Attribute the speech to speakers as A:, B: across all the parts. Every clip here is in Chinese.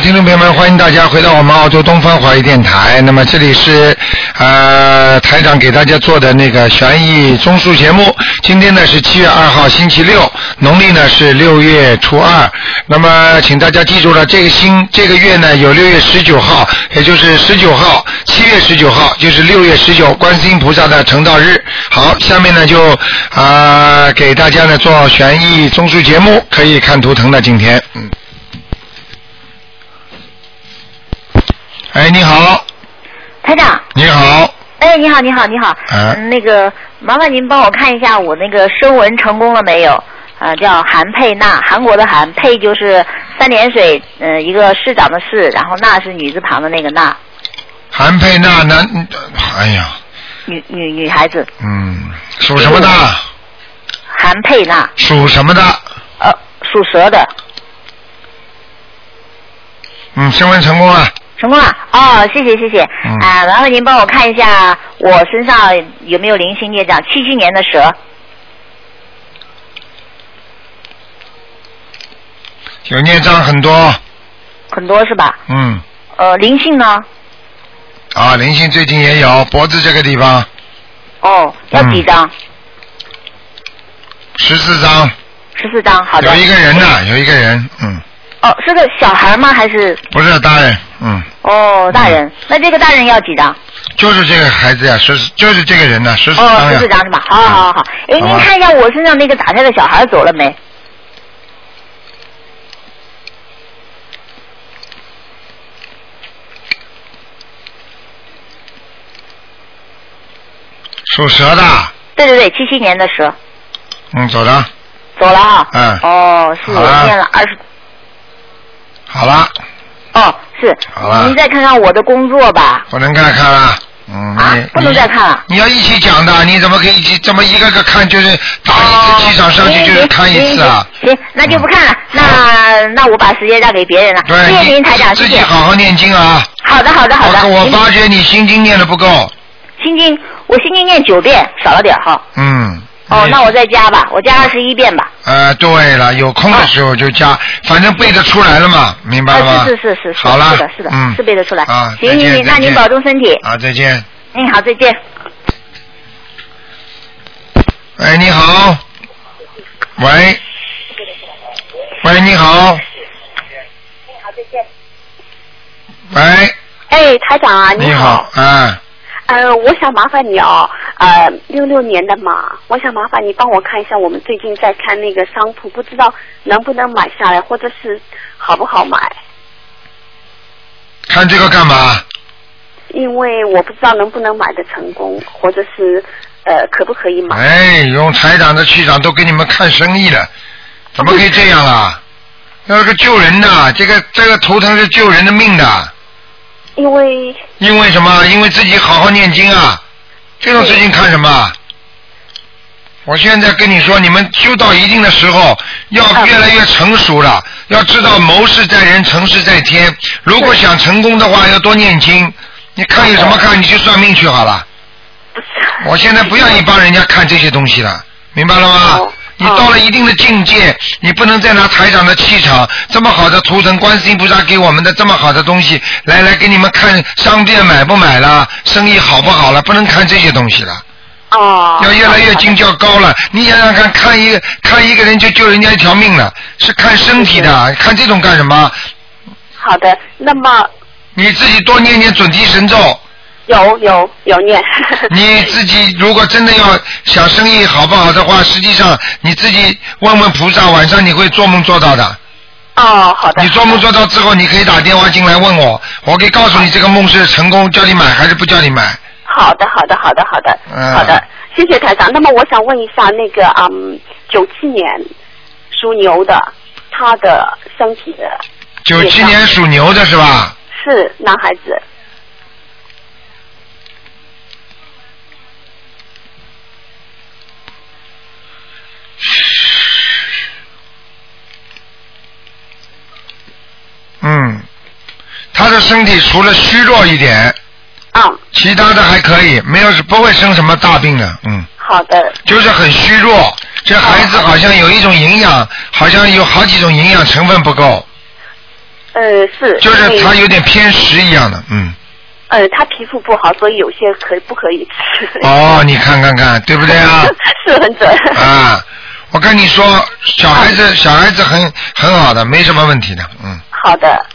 A: 听众朋友们，欢迎大家回到我们澳洲东方华语电台。那么这里是呃台长给大家做的那个悬疑综述节目。今天呢是七月二号星期六，农历呢是六月初二。那么请大家记住了，这个星这个月呢有六月十九号，也就是十九号，七月十九号就是六月十九观世音菩萨的成道日。好，下面呢就啊、呃给大家呢做悬疑综述节目，可以看图腾的今天，嗯。哎，你好，
B: 台长，
A: 你好，
B: 哎，你好，你好，你好，
A: 啊
B: 嗯，那个麻烦您帮我看一下我那个声纹成功了没有？啊、叫韩佩娜，韩国的韩，佩就是三点水，呃，一个市长的市，然后娜是女字旁的那个娜，
A: 韩佩娜男，嗯哎呀，
B: 女女女孩子，
A: 嗯，属什么的？
B: 哎韩佩娜，
A: 属什么的？
B: 呃，属蛇的，
A: 嗯，升温成功了。
B: 成功了，哦，谢谢谢谢，
A: 嗯
B: 啊、麻烦您帮我看一下我身上有没有灵性孽障，七七年的蛇，
A: 有孽障很多，
B: 很多是吧？
A: 嗯，
B: 呃，灵性呢？
A: 啊，灵性最近也有，脖子这个地方
B: 哦，要几
A: 嗯
B: 张？
A: 十四张，
B: 十四张，好的。
A: 有一个人呢，有一个人，嗯，
B: 哦，是个小孩吗？还是
A: 不是大人，嗯，
B: 哦大人？那这个大人要几张？
A: 就是这个孩子呀，十四，就是这个人呢，十四
B: 哦，
A: 张
B: 十
A: 呀嗯
B: 四，张是吧？好好好好。哎，
A: 好
B: 您
A: 吧
B: 看一下我身上那个打胎的小孩走了没？
A: 属蛇的，
B: 对对对，七七年的蛇
A: 嗯，走了，
B: 走了哈。
A: 嗯
B: 哦，是
A: 好啊
B: 我念了二十。
A: 好了，
B: 哦，是
A: 好啊。
B: 您再看看我的工作吧。
A: 不能再看了。嗯，
B: 啊
A: 你
B: 不能
A: 你
B: 再看了
A: 你要一起讲的，你怎么可以一起这么一个个看？就是打
B: 哦
A: 一次气场上去，
B: 行
A: 就是看一次啊。。嗯
B: 行行行，行那就不看了。那那我把时间让给别人了。
A: 对，
B: 谢谢
A: 你
B: 您台长，谢
A: 自己
B: 谢。
A: 好好念经啊。
B: 好的好的好的。
A: 我我
B: 您
A: 发觉你心经念的不够。
B: 心经，我心经念九遍，少了点儿哈。
A: 嗯。
B: 哦，
A: 你
B: 那我再加吧，我加二十一遍吧。
A: 呃，对了，有空的
B: 啊
A: 时候就加，反正背得出来了嘛，明白了吗？
B: 啊，是是是是是，
A: 好了，
B: 是的，是的，
A: 嗯，
B: 是背得出来。
A: 啊，
B: 行
A: 再
B: 行
A: 见
B: 行，那
A: 再见
B: 您保重身体。
A: 啊，再见。
B: 嗯，好，再见。
A: 哎，你好。喂。喂，你好。喂，
C: 哎，台长啊，
A: 你
C: 好
A: 好。，哎，
C: 呃，我想麻烦你哦，呃，六六年的马，我想麻烦你帮我看一下，我们最近在看那个商铺，不知道能不能买下来，或者是好不好买？
A: 看这个干嘛？
C: 因为我不知道能不能买的成功，或者是呃，可不可以买？
A: 哎，用台长的气场都给你们看生意了，怎么可以这样啊？要个救人的，这个这个头疼是救人的命的，
C: 因为
A: 因为什么？因为自己好好念经啊，这种事情看什么？我现在跟你说，你们修到一定的时候，要越来越成熟了。要知道谋事在人，成事在天。如果想成功的话，要多念经。你看有什么看？你去算命去好了。
C: 不是
A: 我现在不愿意帮人家看这些东西了，明白了吗
C: 哦？
A: 你到了一定的境界，你不能再拿台长的气场，这么好的图腾，观世音菩萨给我们的这么好的东西，来来给你们看商店买不买了，生意好不好了，不能看这些东西了，
C: 哦，
A: 要越来越境界高了。你想想看，看一个看一个人就救人家一条命了，是看身体的，看这种干什么？
C: 好的，那么
A: 你自己多念念准提神咒，
C: 有有有念，
A: 你自己如果真的要想生意好不好的话，实际上你自己问问菩萨，晚上你会做梦做到的。
C: 哦，好的，
A: 你做梦做到之后，你可以打电话进来问我，我可以告诉你这个梦是成功，叫你买还是不叫你买。
C: 好的，好的，好的，好的，
A: 嗯
C: 好的，谢谢台长。那么我想问一下，那个嗯，九七年属牛的，他的身体的
A: 九七
C: 对的
A: 年属牛的是吧？
C: 是男孩子，
A: 嗯，他的身体除了虚弱一点，
C: 啊、
A: 其他的还可以，没有不会生什么大病的。嗯，
C: 好的，
A: 就是很虚弱。这孩子好像有一种营养，好像有好几种营养成分不够。
C: 呃，是。
A: 就是
C: 因为
A: 它有点偏食一样的，嗯。
C: 呃，他皮肤不好，所以有些可以不可以吃？
A: 哦，你看看看，对不对啊？
C: 是很准。
A: 啊，我跟你说，小孩
C: 啊
A: 子小孩子很很好的，没什么问题的， 嗯。
C: 好的，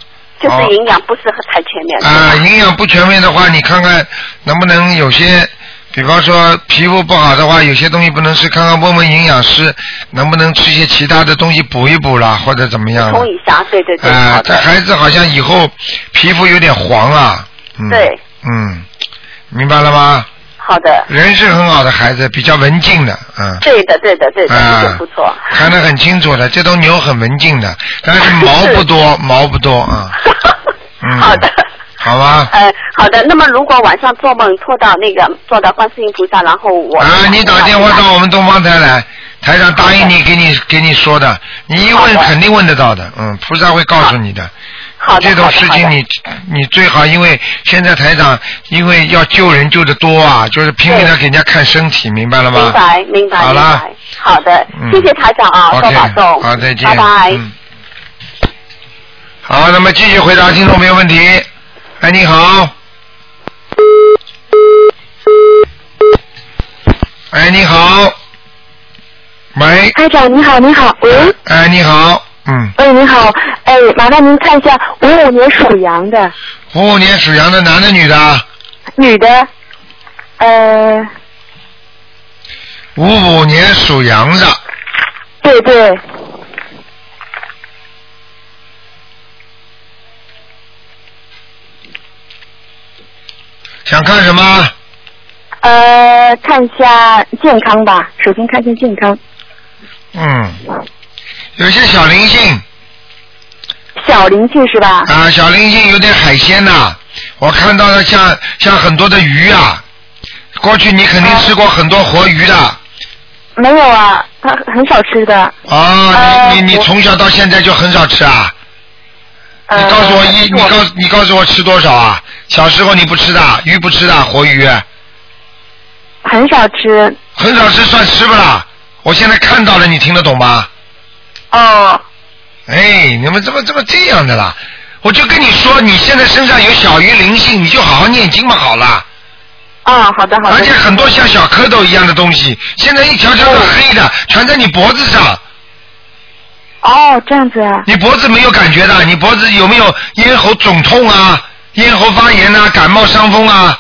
C: 就
A: 哦
C: 是营养不是很太全面。
A: 啊，营养不全面的话，你看看能不能有些，比方说皮肤不好的话，有些东西不能吃，看看问问营养师能不能吃些其他的东西补一补啦，或者怎么样
C: 冲
A: 了。
C: 一下，对对对，
A: 啊
C: 好，
A: 这
C: 的，
A: 孩子好像以后皮肤有点黄啊。嗯。
C: 对。
A: 嗯，明白了吗？
C: 好的，
A: 人是很好的孩子，比较文静的，嗯。
C: 对的对的对的，
A: 啊
C: 这个不错。
A: 看得很清楚的，这头牛很文静的，但是毛 不多，毛不多啊、嗯
C: 好的。
A: 好吧？
C: 呃，好的。那么如果晚上做梦做到那个做到观世音菩萨，然后 我
A: 啊，你打电话到我们东方台来，台长答应你给你给你说的，你一问
C: 好的
A: 肯定问得到 的，嗯，菩萨会告诉你的。
C: 好的
A: 这种事情
C: 好的
A: 你你最好，因为现在台长因为要救人救的多啊，就是拼命的
C: 对
A: 给人家看身体，明白了吗？
C: 明白明白
A: 好
C: 明
A: 了
C: 白，好的
A: 嗯，
C: 谢谢台长啊，多
A: OK，
C: 保重，
A: 好，再见。
C: 拜拜。
A: 嗯。好，那么继续回答听众朋友问题。哎，你好。哎，你好。喂。
D: 台长你好，你好，喂，
A: 哎，你好。嗯，
D: 喂，你好，哎，麻烦您看一下五五年属羊的
A: 五五年属羊的男的女的？
D: 女的，呃，
A: 五五年属羊的，
D: 对对，
A: 想看什么？
D: 呃，看一下健康吧，首先看一下健康，
A: 嗯，有些小灵性。
D: 小灵性是吧？
A: 啊，小灵性有点海鲜呐、我看到了像像很多的鱼啊，过去你肯定
D: 呃
A: 吃过很多活鱼的啊、
D: 没有啊，她很少吃的。呃
A: 你你你
D: 我
A: 从小到现在就很少吃啊？
D: 呃、
A: 你告诉我一，
D: 是
A: 你告诉你告诉我吃多少啊？小时候你不吃的鱼不吃的活鱼，
D: 很少吃
A: 很少吃算吃不啦？我现在看到了，你听得懂吗？
D: 哦，
A: 哎，你们怎么怎么这样的啦？我就跟你说，你现在身上有小鱼灵性，你就好好念经嘛，好了。
D: 啊、好的好
A: 而
D: 的
A: 且，很多像小蝌蚪一样的东西，现在一条条的黑的，全在你脖子上，
D: 哦，这样子啊，
A: 你脖子没有感觉的，你脖子有没有咽喉肿痛啊、咽喉发炎啊、感冒伤风啊、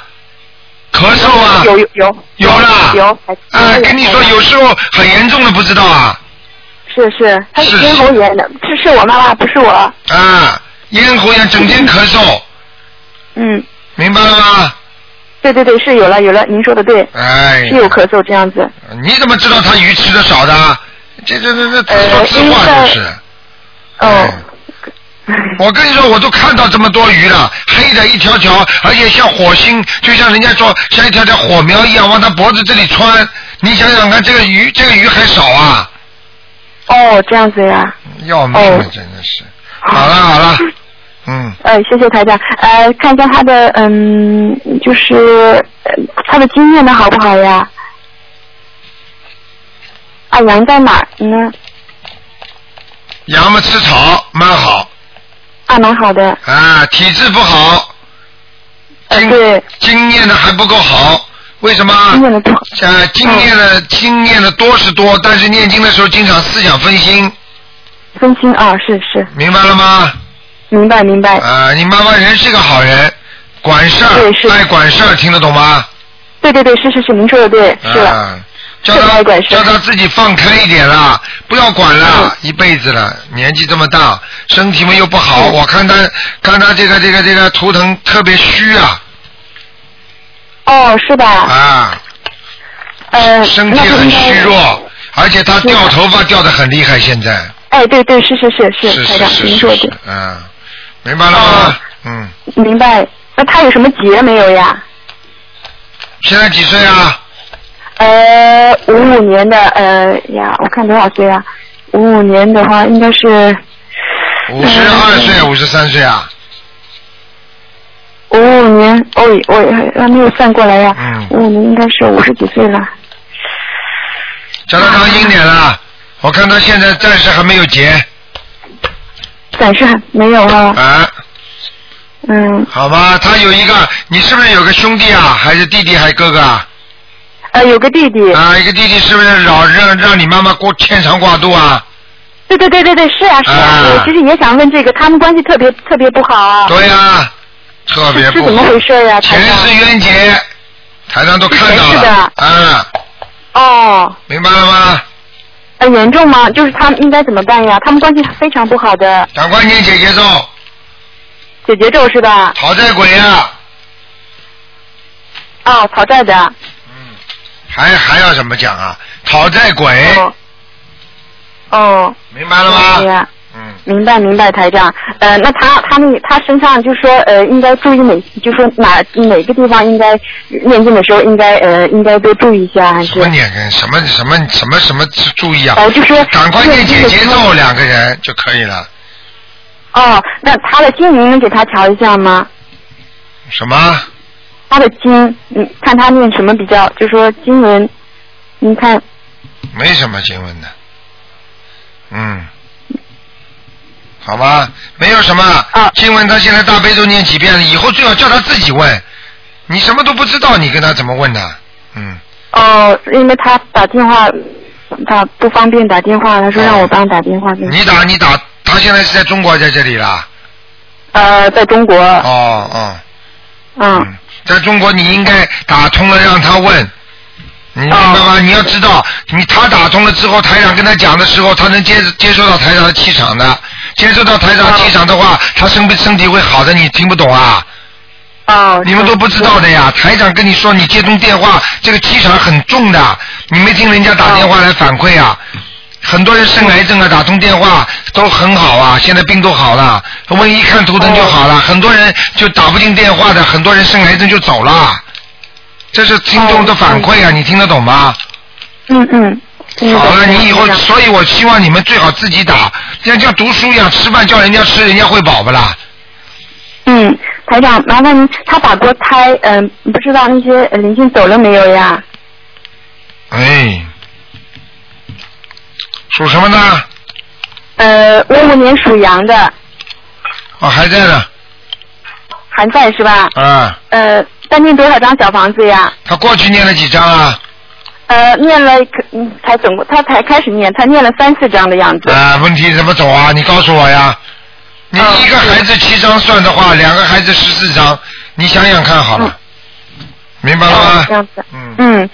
A: 咳嗽啊？
D: 有有有
A: 有啦。
D: 有，
A: 啊，跟你说，有时候很严重的，不知道啊
D: 是是，她
A: 是
D: 是咽喉炎的，是是我妈妈，不是我，
A: 啊，咽喉炎，整天咳嗽，
D: 嗯，
A: 明白了吗？
D: 对对对，是有了有了，您说的对，
A: 哎
D: 是，有咳嗽这样子。
A: 你怎么知道他鱼吃的少的？这这这这
D: 呃
A: 说自话
D: 因
A: 就
D: 为
A: 是。哎
D: 哦，
A: 我跟你说，我都看到这么多鱼了，黑的一条条，而且像火星，就像人家说像一条条火苗一样往他脖子这里穿。你想想看，这个鱼，这个鱼还少啊！
D: 哦，这样子呀。
A: 要命啊
D: 哦，
A: 真的是。好了好了，嗯，
D: 呃，谢谢台长。呃，看一下他的，嗯，就是、呃、他的经验呢，好不好呀？啊，羊在哪儿呢？
A: 羊嘛吃草蛮好
D: 啊，蛮好的。
A: 啊，体质不好，
D: 呃，
A: 经
D: 对，
A: 经验的还不够好，为什么？
D: 经验的不好。
A: 呃，经验的经验的多是多，但是念经的时候经常思想分心，
D: 分心啊，是是，
A: 明白了吗？
D: 明白明白。
A: 啊、你妈妈人是个好人，管事
D: 哎对是
A: 儿，爱管事儿，听得懂吗？
D: 对对对，是是是，您说的对，
A: 啊、
D: 是了。
A: 叫
D: 是
A: 她
D: 爱管事嗯
A: 叫她自己放开一点啦，不要管了，一辈子了，年纪这么大，身体嘛又不好，
D: 嗯
A: 我看她看她这个这个这个图腾特别虚啊
D: 哦，是吧？
A: 啊，
D: 呃，
A: 身体
D: 那就
A: 很
D: 应
A: 虚
D: 该。
A: 弱，而且她掉头发掉的很厉害，现在
D: 哎，对对，是是是
A: 是
D: 台长，
A: 是
D: 您
A: 是
D: 说的哦
A: 是，嗯，明白了吗？嗯，
D: 对，明白。那他有什么结没有呀？
A: 现在几岁啊？
D: 呃，五五年的，呃呀，我看多少岁啊？五五年的话，应该是嗯
A: 五十二岁，五十三岁啊？
D: 五五年，哦，我还还没有算过来呀、
A: 嗯
D: 五五年应该是五十几岁了。
A: 叫他当心点啦！我看他现在暂时还没有结，
D: 暂时还没有了。
A: 啊，
D: 嗯，
A: 好吧，他有一个，你是不是有个兄弟啊，还是弟弟，还哥哥啊？
D: 呃，有个弟弟。
A: 啊，一个弟弟是不是老让让你妈妈过牵肠挂肚啊？
D: 对对对对对，是呀、是呀、哎
A: 啊
D: 我其实也想问这个，他们关系特别特别不好啊。
A: 对呀、特别
D: 是是
A: 不
D: 怎么
A: 好，
D: 回事呀、台
A: 前
D: 长
A: 世冤结，台上都看到
D: 是
A: 了
D: 的，
A: 啊，
D: 哦，
A: 明白了吗？
D: 呃，严重吗？就是他们应该怎么办呀？他们关系非常不好的，
A: 赶快念姐姐咒，
D: 解决咒是吧？
A: 讨债鬼啊，
D: 哦，讨债的。
A: 还还要怎么讲啊？讨债鬼，
D: 哦。哦。
A: 明哎白了
D: 对
A: 吗？
D: 呀、
A: 嗯，
D: 明白明白，台长。呃，那他他那他身上就说呃，应该注意哪，就说哪哪个地方应该念经的时候应该呃应该多注意一下，还
A: 什
D: 是
A: 么念跟什么什么什么什么注意啊？
D: 呃就说
A: 赶快念
D: 念经
A: 姐
D: 的
A: 姐
D: 时候
A: 咒，两个人就可以了。
D: 哦，那他的经您能给他调一下吗？
A: 什么？
D: 他的经，嗯，看他念什么比较，就说经文，您看，
A: 没什么经文的，嗯，好吧，没有什么、
D: 啊
A: 经文，他现在大悲咒念几遍了，以后最好叫他自己问，你什么都不知道，你跟他怎么问呢？嗯，
D: 哦，因为他打电话，他不方便打电话，他
A: 哎
D: 说让我帮他打电话给
A: 你打你打，他现在是在中国在这里啦，
D: 呃，在中国，
A: 哦哦，
D: 嗯，
A: 嗯，在中国你应该打通了让他问。你明白吗？你要知道，你他打通了之后，台长跟他讲的时候，他能接接受到台长的气场的，接受到台长的气场的话，他身身体会好的。你听不懂啊？
D: 哦，
A: 你们都不知道的呀，台长跟你说，你接通电话，这个气场很重的，你没听人家打电话来反馈啊。很多人生癌症啊，打通电话都很好啊，现在病都好了，问一看图腾就好了。
D: 哦
A: 很多人就打不进电话的，很多人生癌症就走了。这是听众的反馈啊，你听得懂吗？
D: 嗯哦嗯，听得懂
A: 好了，你以后
D: 台，长
A: 所以我希望你们最好自己打，像像读书一样，吃饭叫人家吃，人家会饱不啦？
D: 嗯，台长，麻烦您，他打过胎，嗯、不知道那些呃灵性走了没有呀？
A: 哎，属什么呢？
D: 呃，五五年属羊的
A: 哦，还在呢。
D: 还在是吧？
A: 啊，
D: 呃，在念多少张小房子呀？
A: 他过去念了几张啊？
D: 呃，念了可嗯才总共他才开始念，他念了三四章的样子。
A: 啊，问题怎么走啊？你告诉我呀。你
D: 嗯
A: 一个孩子七张算的话，两个孩子十四张，你想想看好了，明白了
D: 哦这
A: 吗？
D: 样子。
A: 嗯，
D: 嗯。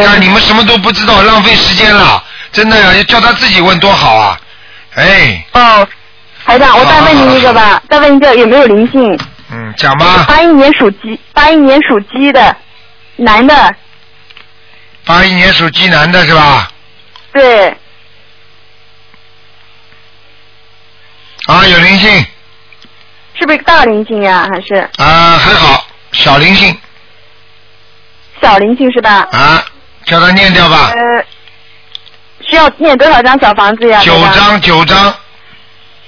D: 呃。
A: 看你们什么都不知道，浪费时间了，真的呀，要叫他自己问多好啊！哎，
D: 哦，台长，我再问您一个
A: 好好
D: 吧，再问一个有没有灵性？
A: 嗯，讲吧，
D: 八一年属鸡，八一年属鸡的，男的，
A: 八一年属鸡男的是吧？
D: 对，
A: 啊，有灵性
D: 是不是大灵性呀？还是
A: 啊，还好，小灵性
D: 小灵性是吧？
A: 啊，叫他念掉吧，
D: 呃，需要念多少张小房子呀？
A: 九
D: 台长，
A: 张，九张。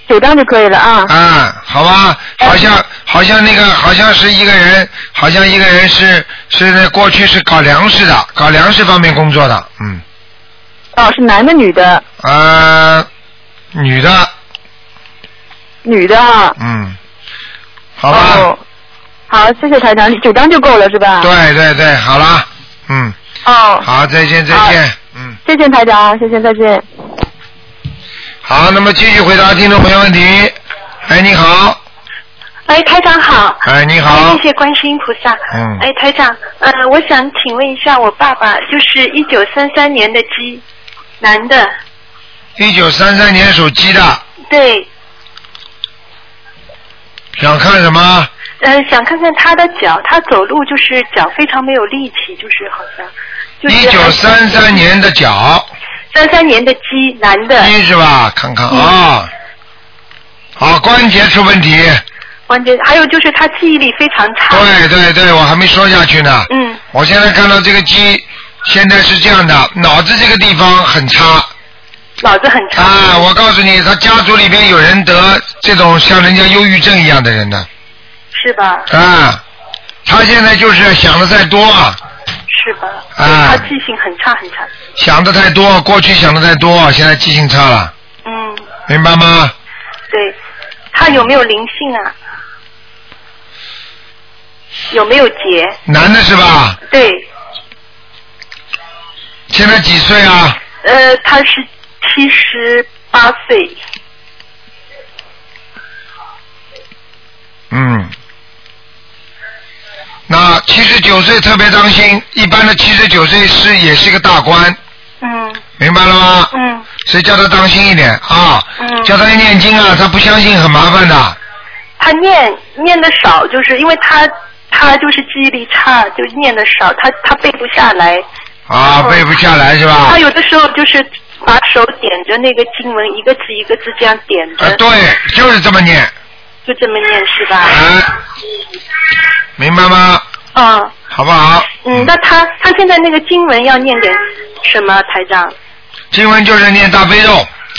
D: 九张就可以了啊。
A: 啊，好吧，好像好像那个好像是一个人，好像一个人是是那过去是搞粮食的，搞粮食方面工作的，嗯，
D: 哦，是男的，女的，
A: 呃，女的，
D: 女的啊。
A: 嗯，好吧，
D: 哦。啊好，谢谢台长，九张就够了是吧？。
A: 对对对，好啦，嗯，
D: 哦，
A: 好，再见再见，嗯，
D: 谢谢台长，谢谢，再见。
A: 好，那么继续回答听众朋友问题。哎，你好，
E: 哎，台长好。
A: 哎，你
E: 哎
A: 好
E: 谢，谢观世音菩萨。
A: 嗯
E: 哎，台长，呃，我想请问一下，我爸爸就是一九三三年的鸡，男的，
A: 一九三三年属鸡的，
E: 对，
A: 想看什么？
E: 呃，想看看他的脚，他走路就是脚非常没有力气，就是好像。
A: 一九三三。年的脚。
E: 三三年的鸡，男的，
A: 一是吧？看看啊，好，关节出问题。
E: 关键还有就是他记忆力非常差。
A: 对对对，我还没说下去呢。
E: 嗯，
A: 我现在看到这个鸡，现在是这样的，脑子这个地方很差
E: 脑子很
F: 嗯
E: 差。
A: 啊！我告诉你，他家族里边有人得这种像人家忧郁症一样的人的
E: 是吧？
A: 啊，他现在就是想的太多啊，
E: 是吧？
A: 啊
E: 他记性很差很差。
A: 想的太多，过去想的太多，现在记性差了，
E: 嗯，
A: 明白吗？
E: 对，他有没有灵性啊？有没有结？
A: 男的是吧？
E: 对，
A: 现在几岁啊？
E: 呃，他是七十八岁，
A: 嗯。那七十九岁特别当心，一般的七十九岁是也是一个大官，
E: 嗯
A: 明白了吗？
E: 嗯
A: 所以叫他当心一点啊，
E: 嗯，
A: 叫他念经啊，他不相信很麻烦的。
E: 他念念的少，就是因为他他就是记忆力差，就念的少，他他背不下来，
A: 啊，
E: 哦
A: 背不下来是吧
E: 他？有的时候就是把手点着那个经文，一个字一个字这样点着，
A: 啊，对，就是这么念，
E: 就这么念是吧？
A: 哎，明白吗？啊
E: 嗯
A: 好不好？
E: 嗯，那他他现在那个经文要念点什么，啊台长？
A: 经文就是念大悲咒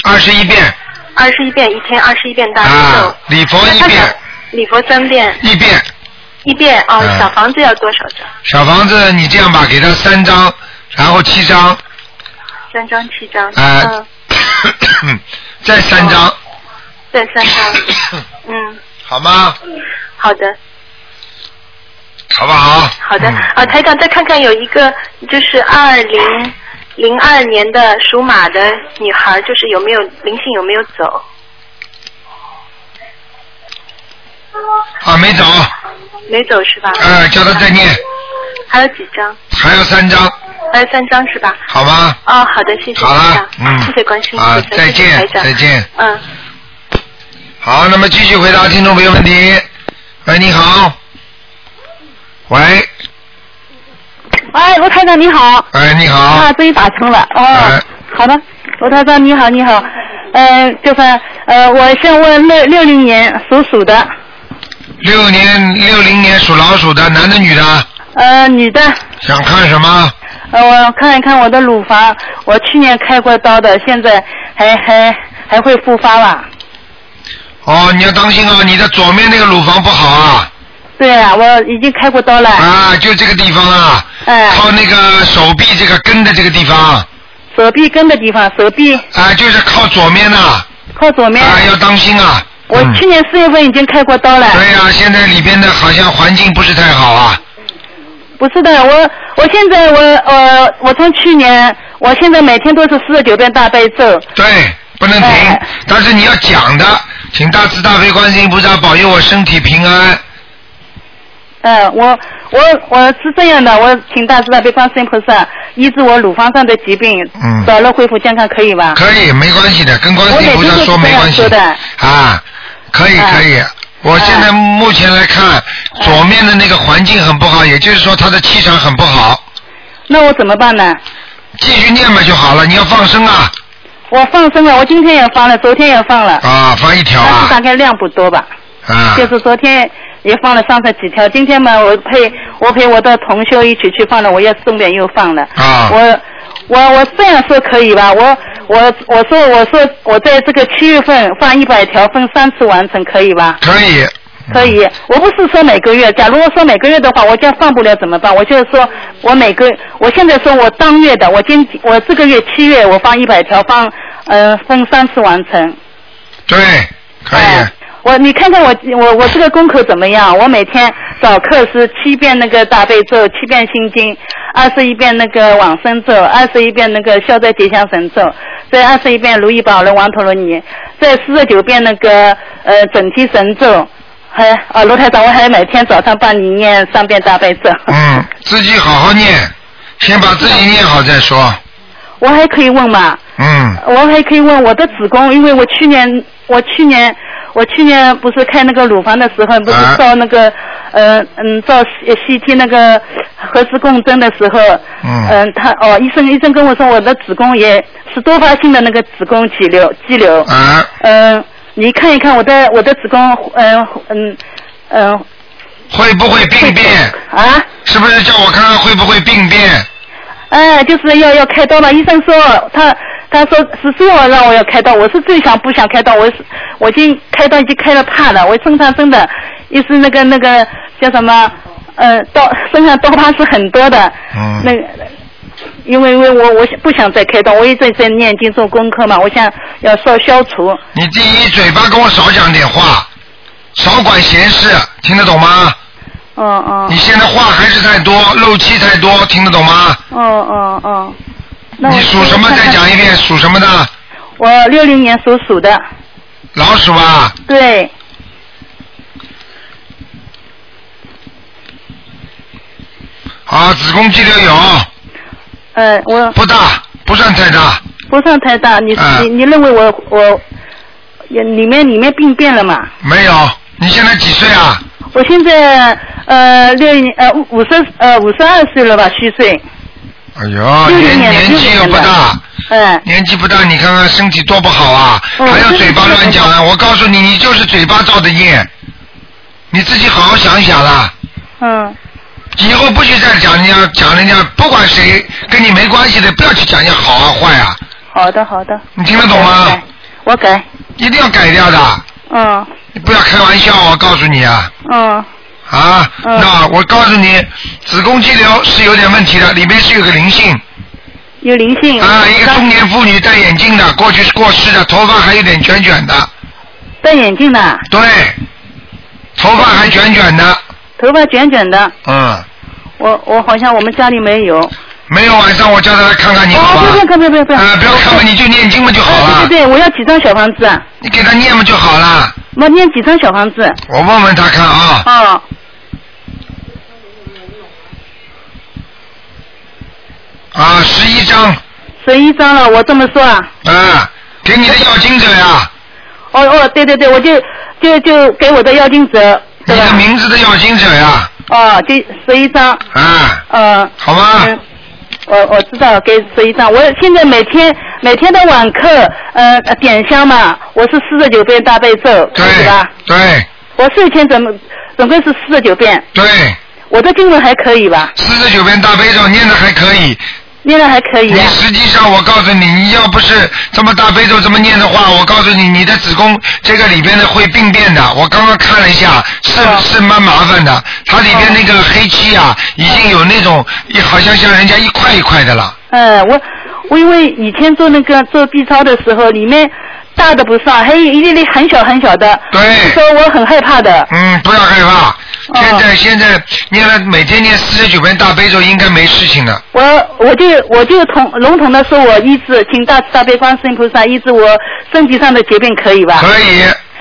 A: 二十一遍
E: 二十一遍一天，二十一遍大悲咒
A: 啊，，礼佛
E: 那他
A: 一
E: 想
A: 遍，
E: 礼佛三遍，
A: 一遍。
E: 一遍哦
A: 嗯，
E: 小房子要多少张？
A: 小房子，你这样吧，给他三张，然后七张，
E: 三张七张，
A: 哎
E: 嗯，
A: 再三张，
E: 对，三张，嗯，
A: 好吗？
E: 好的，
A: 好不好？
E: 好的，
A: 嗯
E: 啊，台长再看看有一个就是二零零二年的属马的女孩，就是有没有灵性有没有走？
A: 啊，没走，
E: 没走是吧？
A: 呃，叫他再念，
E: 还有几张？
A: 还有三张，
E: 还有三张是吧？
A: 好吗？
E: 哦，好的，谢谢
A: 好
E: 台
A: 了
E: 长，，
A: 嗯，
E: 谢谢关心，
A: 啊，
E: 谢谢
A: 再
E: 谢谢台
A: 见，
E: 长
A: 再见。
E: 嗯，
A: 好，那么继续回答听众朋友问题。喂，你好。喂，
D: 哎，罗台长你好，
A: 哎，你好
D: 啊，。终于打通了，哦，
A: 哎
D: 好的，罗台长你好，你好，嗯、就是呃，我想问六六零年属鼠的，
A: 六年六零年属老鼠的，男的女的？
D: 呃，女的，
A: 想看什么？
D: 呃，我看一看我的乳房，我去年开过刀的，现在还还还会复发吧？
A: 哦，你要当心啊，你的左面那个乳房不好啊，
D: 对啊，我已经开过刀了，
A: 啊，就这个地方啊，
D: 哎、
A: 靠那个手臂这个根的这个地方，
D: 手臂根的地方，手臂
A: 啊，就是靠左面呐、
D: 靠左面。
A: 啊，要当心啊。
D: 我
A: 嗯
D: 去年四月份已经开过刀了，
A: 对呀、啊现在里边的好像环境不是太好啊，
D: 不是的，我我现在我呃，我从去年，我现在每天都是四十九遍大悲咒，
A: 对，不能停
D: 哎。
A: 但是你要讲的，请大慈大悲观世音菩萨保佑我身体平安。
D: 嗯，我我我是这样的，我请大慈大悲观世音菩萨医治我乳房上的疾病，
A: 嗯
D: 早日恢复健康，可以吧？
A: 可以，没关系的，跟观世音菩萨说没关系
D: 啊我每天都是这样
A: 啊，可以
D: 哎
A: 可以。我现
D: 啊
A: 在目前来看，左面的那个环境很不好，也就是说他的气场很不好。
D: 那我怎么办呢？
A: 继续念嘛就好了，你要放生啊
D: 我放生了，我今天也放了，昨天也放了，
A: 啊，放一条
D: 但是
A: 啊
D: 大概量不多吧，
A: 啊
D: 就是昨天也放了上十几条，今天嘛，我陪我陪我的同修一起去放了，我也重点又放了。
A: 啊
D: 我我我这样说可以吧？我我我说我说我在这个七月份放一百条，分三次完成，可以吧？
A: 可以
D: 可以，我不是说每个月，假如我说每个月的话，我这样放不了怎么办？我就是说我每个，我现在说我当月的，我今我这个月七月我放一百条，放呃分三次完成。
A: 对可以
D: 哎。我你看看我我我这个功课怎么样？我每天早课是七遍那个大悲咒，七遍心经，二十一遍那个往生咒，二十一遍那个消灾吉祥神咒，再二十一遍如意宝轮王陀罗尼，再四十九遍那个呃整体神咒，还啊罗台长，我还每天早上帮你念三遍大悲 咒，
A: 嗯，自己好好念，先把自己念好再说。
D: 我还可以问吗？
A: 嗯，
D: 呃我还可以问我的子宫，因为我去年我去年我去年不是开那个乳房的时候，不是
A: 啊
D: 照那个、呃嗯照 CT 那个核磁共振的时候，
A: 嗯
D: 他哦医生医生跟我说我的子宫也是多发性的那个子宫肌瘤肌瘤，
A: 啊，
D: 嗯、你看一看我的我的子宫嗯嗯嗯
A: 会不会病变？
D: 啊。
A: 是不是叫我看看会不会病变？
D: 哎，就是要要开刀了。医生说他他说十四号让我要开刀，我是最想不想开刀，我是我已经开刀已经开了怕了，我身上真的，也是那个那个叫什么，呃，刀身上刀疤是很多的，
A: 嗯
D: 那个因为因为我我不想再开刀，我一直在念经做功课嘛，我想要烧消除。哦
A: 你第一嘴巴跟我少讲点话，少管闲事，听得懂吗？
D: 嗯嗯
A: 你现在话还是太多，漏气太多，听得懂吗？
D: 嗯嗯嗯。那我
A: 你属什么？再讲一遍，属什么的？
D: 我六零年属鼠的，
A: 老鼠啊，
D: 对，
A: 啊，子宫肌瘤有，
D: 呃，我
A: 不大，不算太大，
D: 不算太大，你、
A: 啊
D: 你你认为我我也里面里面病变了嘛？
A: 没有。你现在几岁啊？
D: 我现在呃六零呃五五十呃五十二岁了吧，虚岁，
A: 哎呦，
D: 六
A: 年
D: 零年的
A: 年纪又不大，
D: 嗯、
A: 年纪不大，你看看身体多不好啊！
D: 嗯
A: 还要嘴巴乱讲啊！
D: 是
A: 我告诉你，你就是嘴巴造的孽，你自己好好想一想啦。
D: 嗯
A: 以后不许再讲人家讲人家，不管谁跟你没关系的，不要去讲人家好啊坏啊，
D: 好的好的，
A: 你听得懂
D: 我
A: 吗
D: 改？我改，
A: 一定要改掉的，
D: 嗯
A: 你不要开玩笑，我告诉你啊
D: 嗯
A: 啊！
D: 嗯
A: 那我告诉你，子宫肌瘤是有点问题的，里面是有个灵性
D: 有灵性
A: 啊，一个中年妇女戴眼镜的，过去是过世的，头发还有点卷卷的，
D: 戴眼镜的，
A: 对，头发还卷卷的，
D: 头发卷卷的，
A: 嗯，
D: 我我好像我们家里没有，
A: 没有晚上我叫他来看看你好吧？
D: 哦不不不不不不
A: 啊啊，不要看嘛，你就念经嘛就好了，
D: 哎对对对，我要几张小房子啊？
A: 你给他念嘛就好了。
D: 我念几张小房子？
A: 我问问他看啊，
D: 哦，
A: 啊，十一张，
D: 十一张了，我这么说啊。
A: 啊，给你的要经者呀，
D: 哦哦，对对对，我就就就给我的要经者，
A: 你
D: 对啊
A: 的
D: 吧？
A: 名字的要经者呀，
D: 哦，就十一张，
A: 啊，
D: 呃，
A: 好吗？
D: 嗯，我我知道，给十一张。我现在每天每天的晚课，呃，呃点香嘛，我是四十九遍大悲咒，是
A: 对
D: 吧？，
A: 对，
D: 我睡前怎么总归是四十九遍，
A: 对，
D: 我的经文还可以吧？
A: 四十九遍大悲咒念的还可以，
D: 念的还可以
A: 你
D: 啊。
A: 实际上我告诉你，你要不是这么大悲咒这么念的话，我告诉你，你的子宫这个里边的会病变的。我刚刚看了一下，是
D: 哦
A: 是蛮麻烦的，它里边那个黑漆啊，已经有那种好像像人家一块一块的了。
D: 嗯，我我因为以前做那个做 B 超的时候，里面大的不算，还有一粒粒很小很小的，
A: 对。
D: 说我很害怕的。
A: 嗯，不要害怕。
D: 哦
A: 现在、现在念了每天念四十九遍大悲咒，应该没事情的。
D: 我我就我就统笼统的说，我医治，请大慈大悲观世音菩萨医治我身体上的疾病，可以吧？
A: 可以，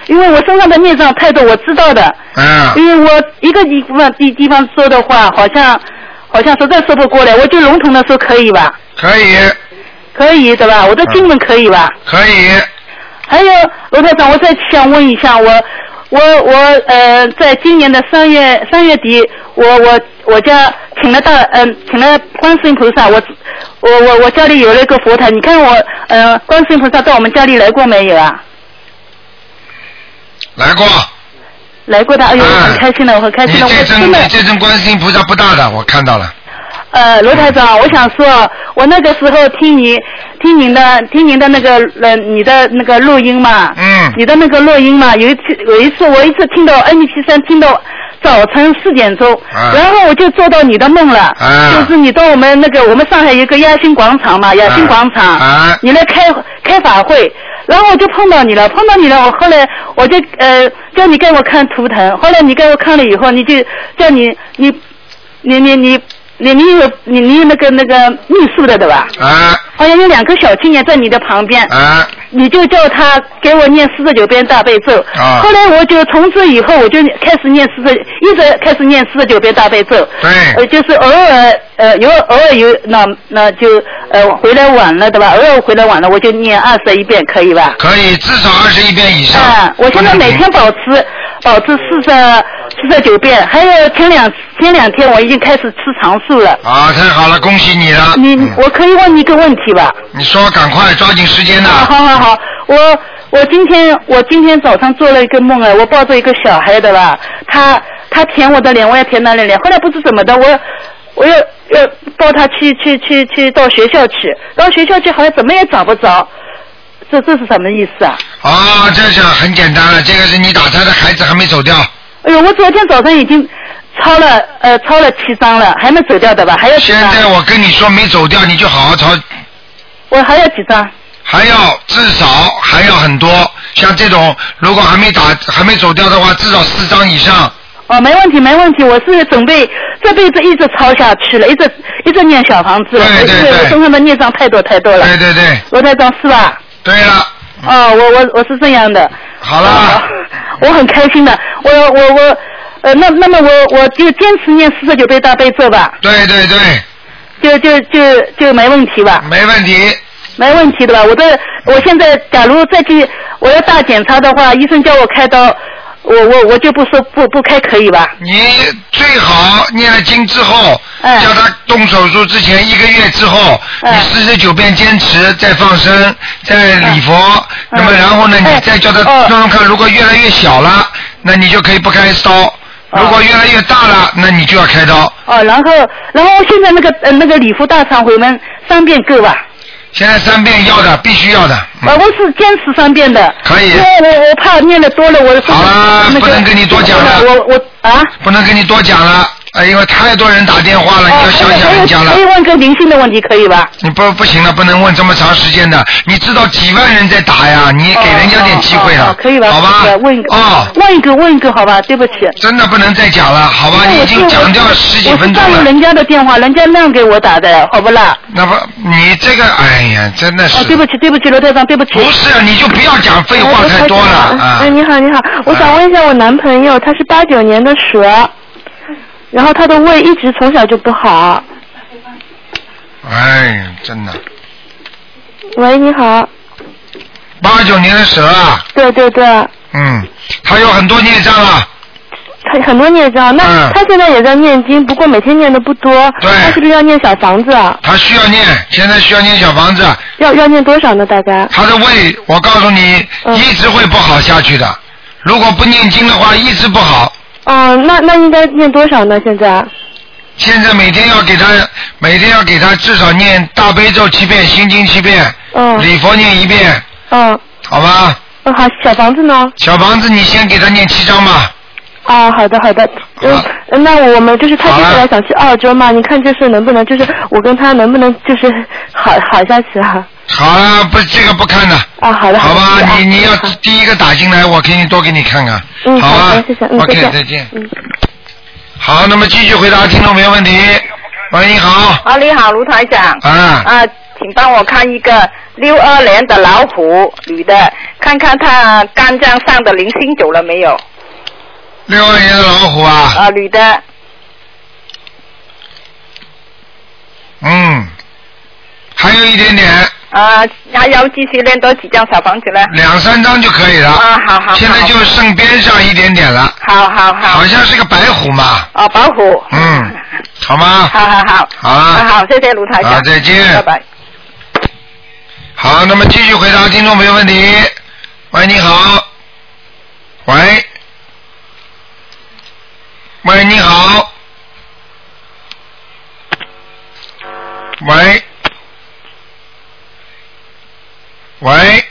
D: 因为我身上的孽障太多，我知道的。
A: 嗯，
D: 因为我一个地方地地方说的话，好像好像实在说不过来，我就笼统的说可以吧？
A: 可以，
D: 可以对吧？我的经文可以吧？
A: 可以，
D: 还有罗台长，我再想问一下，我我我呃，在今年的三月三月底，我我我家请了大嗯、请了观世音菩萨，我我我我家里有了一个佛台，你看我呃，观世音菩萨到我们家里来过没有啊？
A: 来过。
D: 来过的，哎呦，
A: 嗯
D: 我很开心的，我很开
A: 你
D: 心的，
A: 这
D: 我
A: 尊
D: 真的
A: 你这尊观世音菩萨不大的，我看到了。
D: 呃，罗台长，我想说，我那个时候听你听您的听您的那个呃你的那个录音嘛，
A: 嗯
D: 你的那个录音嘛，有一次有一次我一次听到 N 七三听到早晨四点钟，
A: 啊
D: 然后我就做到你的梦了，
A: 啊
D: 就是你到我们那个我们上海有一个亚新广场嘛，亚新广场，
A: 嗯啊
D: 你来开开法会。然后我就碰到你了，碰到你了，我后来我就呃叫你给我看图腾，后来你给我看了以后，你就叫你你你你你你你有你你有那个那个秘书的对吧？
A: 啊
D: 好像有两个小青年在你的旁边，
A: 啊
D: 你就叫他给我念四十九遍大悲咒。
A: 啊
D: 后来我就从此以后我就开始念四十，一直开始念四十九遍大悲咒。
A: 对
D: 呃，就是偶尔呃有偶尔有那那就呃回来晚了对吧？偶尔回来晚了我就念二十一遍可以吧？
A: 可以，至少二十一遍以上。
D: 啊，我现在
A: 不能
D: 每
A: 停
D: 天保持保持四十四十九遍，还有前两前两天我已经开始吃长素了。
A: 啊，太好了，恭喜你了。
D: 你
A: 嗯
D: 我可以问你一个问题吧？
A: 你说赶快抓紧时间呐。
D: 啊，好好好，我我今天我今天早上做了一个梦啊，我抱着一个小孩的吧，他他舔我的脸，我也舔他的脸，后来不知怎么的，我我要要抱他去去去去到学校去，到学校去好像怎么也找不着，这这是什么意思啊？
A: 啊，这是很简单了，这个是你打胎的孩子还没走掉。
D: 哎呦，我昨天早上已经超了呃超了七张了，还没走掉的吧？还有几
A: 现
D: 张？
A: 在我跟你说没走掉，你就好好抄，
D: 我还有几张？
A: 还要至少还要很多。像这种如果还没打还没走掉的话，至少四张以上。
D: 哦，没问题，没问题，我是准备这辈子一直抄下去了，一直一直念小房子了，
A: 对对
D: 因为我
A: 对
D: 身上的孽障太多太多了。
A: 对对对，
D: 罗台长是吧？
A: 对了，
D: 哦，我我我是这样的。哦
A: 好了，
D: 我很开心的，我我我，呃，那那么我我就坚持念四十九遍大悲咒吧，
A: 对对对，
D: 就就就就没问题吧，
A: 没问题。
D: 没问题的吧？我这我现在假如再去我要大检查的话，医生叫我开刀，我我我就不说不不开可以吧？
A: 你最好念了经之后，
D: 哎
A: 叫他动手术之前一个月之后，
D: 哎
A: 你四十九遍坚持，再放生，再礼佛，
D: 嗯
A: 那么然后呢，
D: 哎
A: 你再叫他
D: 哦
A: 弄弄看，如果越来越小了，那你就可以不开刀；如果越来越大了，那你就要开刀。
D: 哦，然后然后现在那个呃那个礼服大忏悔文三遍够吧？
A: 现在三遍要的，必须要的。嗯
D: 呃，我是坚持三遍的。
A: 可以
D: 因为我我怕念的多了，我
A: 好啦
D: 那个
A: 不能跟你多讲了
D: 我我啊。
A: 不能跟你多讲了，哎，因为太多人打电话了，你
D: 哦
A: 要想想人家了
D: 可以。问个灵性的问题，可以吧？
A: 你不不行了，不能问这么长时间的。你知道几万人在打呀，你给人家点机会
D: 哦
A: 了，
D: 哦哦可以吧？
A: 好吧
D: 可以吧？问一个，
A: 哦，
D: 问一个，问一个，好吧？对不起。
A: 真的不能再讲了，好吧？
D: 因
A: 啊
D: 为
A: 你
D: 我
A: 已
D: 是
A: 经讲掉十几分
D: 我
A: 钟
D: 是占用
A: 了。
D: 人家的电话，人家让给我打的，好不啦？
A: 那不，你这个，哎呀，真的
D: 哦
A: 是，
D: 对，不起，对不起，罗队长，对不起。
A: 不是，啊你就不要讲废话
F: 哎
A: 太多
D: 哦
A: 了啊
F: 哎，。你好，你好，我想问一下我男朋友，他是八九年的蛇，然后他的胃一直从小就不好。
A: 哎，真的，
F: 喂，你好，
A: 八九年的蛇啊，
F: 对对对，
A: 嗯，他有很多孽障啊，
F: 他很多孽障，那
A: 嗯
F: 他现在也在念经，不过每天念的不多，
A: 对
F: 他是不是要念小房子？啊？
A: 他需要念，现在需要念小房子，
F: 要要念多少呢？大概？
A: 他的胃，我告诉你，
F: 嗯
A: 一直会不好下去的。如果不念经的话，一直不好。
F: 嗯，那那应该念多少呢？现在？
A: 现在每天要给他，每天要给他至少念大悲咒七遍，心经七遍，
F: 嗯
A: 礼佛念一遍，
F: 嗯
A: 好吧？
F: 嗯，好，小房子呢？
A: 小房子，你先给他念七章吧。
F: 啊，好的好的，
A: 好
F: 嗯，那我们就是他
A: 好
F: 接
A: 了
F: 下来想去澳洲嘛，你看这事能不能就是我跟他能不能就是 好好下去啊？
A: 好了，不，这个不看了，
F: 啊，好的，
A: 好吧？
F: 谢谢啊
A: 你你要第一个打进来，我给你多给你看看，
F: 嗯，
A: 好
F: 好
A: 吧
F: 的，谢谢，嗯，再
A: ？OK，
F: 见，
A: 再见。
F: 嗯。
A: 好，那么继续回答听众朋友问题。喂，你好，
B: 啊，你好，卢台长。
A: 啊，
B: 啊，请帮我看一个六二年的老虎女的，看看她肝脏上的零星走了没有？
A: 六二年的老虎啊，
B: 啊，女的，
A: 嗯，还有一点点，
B: 啊，还要继续练多几张小房子呢。
A: 两三张就可以了。
B: 啊，好好好。
A: 现在就剩边上一点点了，
B: 好好好
A: 好。像是个白虎嘛，
B: 啊，保护。
A: 嗯，好吗？
B: 好好好。
A: 好了
B: 啊好，谢谢卢台长。嗯
A: 好再见
B: 拜拜。
A: 好，那么继续回答听众朋友问题。喂，你好。喂。喂，你好。喂。喂。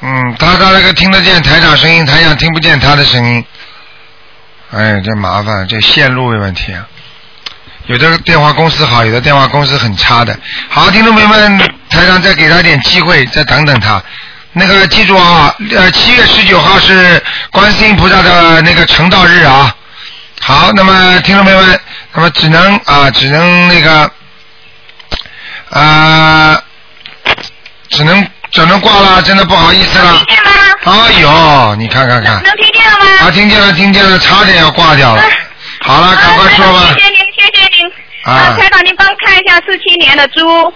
A: 嗯，他他那个听得见台长声音，台长听不见他的声音。哎，这麻烦，这线路有问题啊。有的电话公司好，有的电话公司很差的。好，听众朋友们，台长再给他点机会，再等等他。那个记住啊，呃，七月十九号是观世音菩萨的那个成道日啊。好，那么听众朋友们，那么只能啊，只能那个，啊，只能只能挂了，真的不好意思了。
E: 见吗？
A: 哎呦，你看看看，
E: 能听见了吗？啊
A: 啊，听见了，听见了，差点要挂掉了。好了，赶快说吧。
E: 谢谢您，谢谢您。
A: 啊
E: 台长，您帮看一下四七年的猪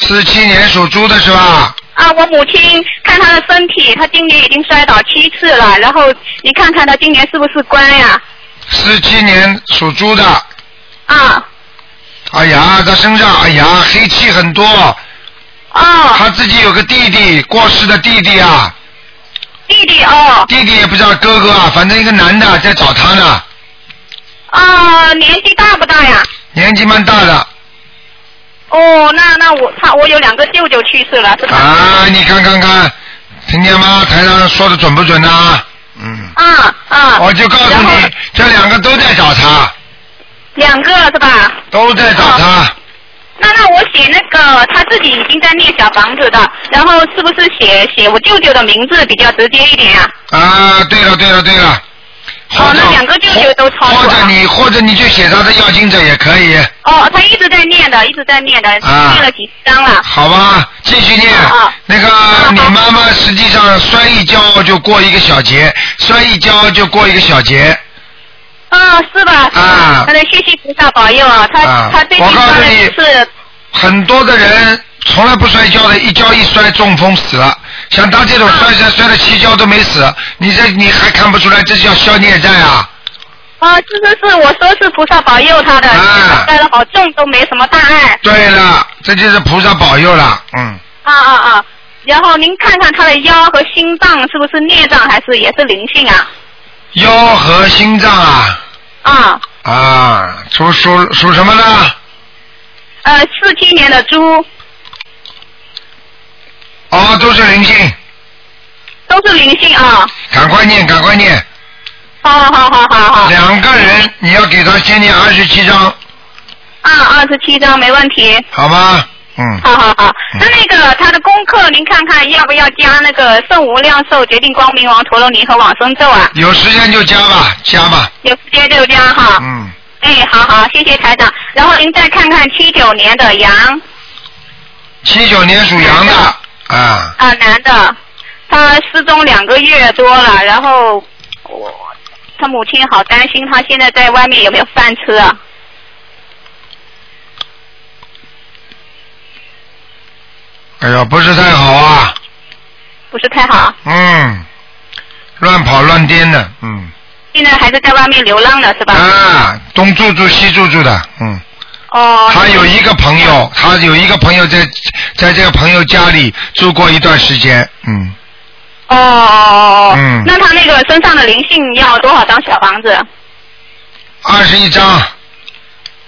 A: 四七年属猪的是吧？
E: 啊，我母亲看她的身体，她今年已经摔倒七次了，然后你看看她今年是不是乖呀、
A: 四七年属猪的，
E: 啊？
A: 哎呀，他身上哎呀黑气很多，
G: 啊
E: 哦，
A: 他自己有个弟弟，过世的弟弟啊，
E: 弟弟哦，
A: 弟弟也不知道哥哥啊，反正一个男的在找他呢，
E: 啊，年纪大不大呀？
A: 年纪蛮大的
E: 哦，那那我他我有两个舅舅去
A: 啊
E: 世了，是吧？
A: 啊，你看看看，听见吗？台上说的准不准呐、嗯，
G: 啊啊。
A: 我就告诉
G: 然后
A: 你，这两个都在找他，
G: 两个是吧？
A: 都在找他。
G: 那那我写那个他自己已经在念小房子的，然后是不是写写我舅舅的名字比较直接一点啊？
A: 啊，对了对了对了，或
G: 哦，
A: 者
G: 那两个舅舅都超
A: 或
G: 过
A: 者
G: 了。
A: 你或者你就写他的要经者也可以，
G: 哦，他一直在念的，一直在念的，
A: 啊
G: 念了几张了。
A: 好吧？继续念
G: 啊。
A: 那个你妈妈实际上摔一跤就过一个小节，摔一跤就过一个小节
G: 啊，是吧？
A: 啊
G: 那谢谢菩萨保佑啊，他、
A: 啊
G: 他最近
A: 我告诉
G: 发的
A: 你
G: 是
A: 很多的人从来不摔跤的，一跤一摔中风死了。像他这种摔摔摔了七跤都没死，你这你还看不出来这叫消孽债啊？
G: 啊，是是是，我说是菩萨保佑他的，
A: 啊
G: 摔得好重都没什么大碍。
A: 对了，这就是菩萨保佑了，嗯，
G: 啊啊啊！然后您看看他的腰和心脏是不是孽障还是也是灵性啊？
A: 腰和心脏啊
G: 啊，
A: 啊，属属属什么呢？
G: 呃，四七年的猪
A: 哦，都是灵性，
G: 都是灵性啊。
A: 赶快念，赶快念，
G: 好好好好好。
A: 两个人你要给他先念二十七章，
G: 啊，二十七张没问题。
A: 好吗？嗯，
G: 好好好
A: 嗯，
G: 那那个他的功课，您看看要不要加那个圣无量寿决定光明王陀罗尼和往生咒啊？
A: 有时间就加吧，加吧，
G: 有时间就加哈。
A: 嗯，
G: 哎，好好，谢谢台长。然后您再看看七九年的羊
A: 七九年属羊的啊，
G: 啊、男的，他失踪两个月多了，然后我他母亲好担心他现在在外面有没有饭吃啊？
A: 哎呦，不是太好啊，
G: 不是太好，
A: 嗯，乱跑乱颠的，嗯，
G: 现在还是在外面流浪了是吧？
A: 啊，东住住西住住的，嗯，
G: 哦，
A: 他有一个朋友，他有一个朋友在在这个朋友家里住过一段时间，嗯，
G: 哦哦哦哦，
A: 嗯
G: 那他那个身上的灵性要多少张小房子？
A: 二十一章，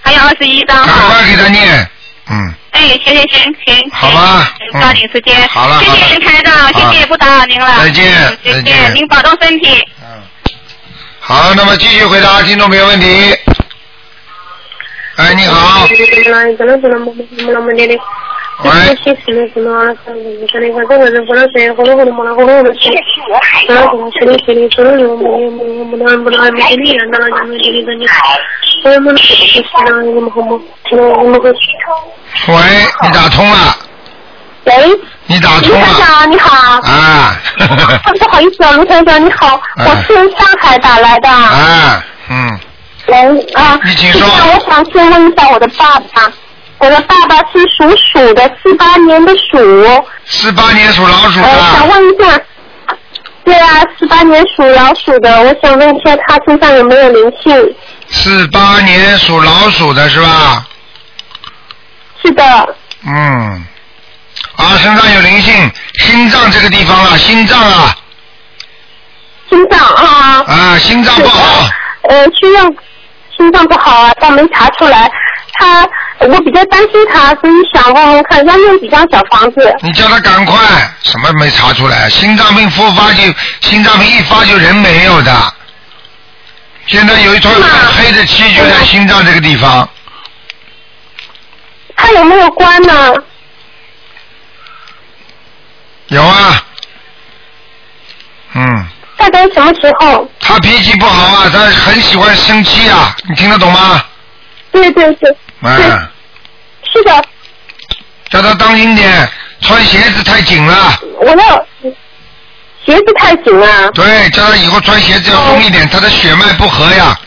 G: 还有二十一张
A: 赶
G: 哈
A: 快。给他念，嗯。
G: 哎，行行行行，
A: 好吧
G: 行抓紧时间。
A: 嗯好了
G: 谢谢您台长，
A: 好
G: 谢谢不打扰您了。
A: 再见
G: 嗯
A: 再
G: 再
A: 见
G: 见，您保重身体。
A: 嗯，好，那么继续回答听众朋友问题。哎，你好，喂，喂，你打通了，
F: 喂，
A: 你打
F: 卢
A: 通
F: 台
A: 了
F: 长你好，
A: 啊，
F: 啊不好意思啊，卢台长你好，
A: 哎
F: 我是上海打来的。
A: 啊，嗯，
F: 喂啊，
A: 你请
F: 台
A: 说
F: 长我想先问一下我的爸爸，我的爸爸是属鼠的，四八年的鼠，
A: 四八年属老鼠
F: 呃，想
A: 的，
F: 问一下。对啊，四八年属老鼠的，我想问一下他身上有没有灵性？
A: 四八年属老鼠的是吧？
F: 是的，
A: 嗯，啊，身上有灵性，心脏这个地方啊，心脏啊，
F: 心脏啊，
A: 啊，心脏
F: 是
A: 不
F: 的
A: 好，，
F: 呃，心脏心脏不好啊，但没查出来。他，我比较担心他，所以想问问看，要用几张小房子？
A: 你叫他赶快，什么没查出来？心脏病复发就心脏病一发就人没有的。现在有一团
F: 是吗哎
A: 很黑的气就在心脏这个地方，
F: 他有没有关呢？
A: 有啊。嗯，
F: 大概什么时候？
A: 他脾气不好啊，他很喜欢生气啊，你听得懂吗？
F: 对对对，
A: 嗯，
F: 是的，
A: 叫他当心点，穿鞋子太紧了。
F: 我要鞋子太紧啊了。
A: 对，叫他以后穿鞋子要
F: 哦
A: 松一点，他的血脉不和呀，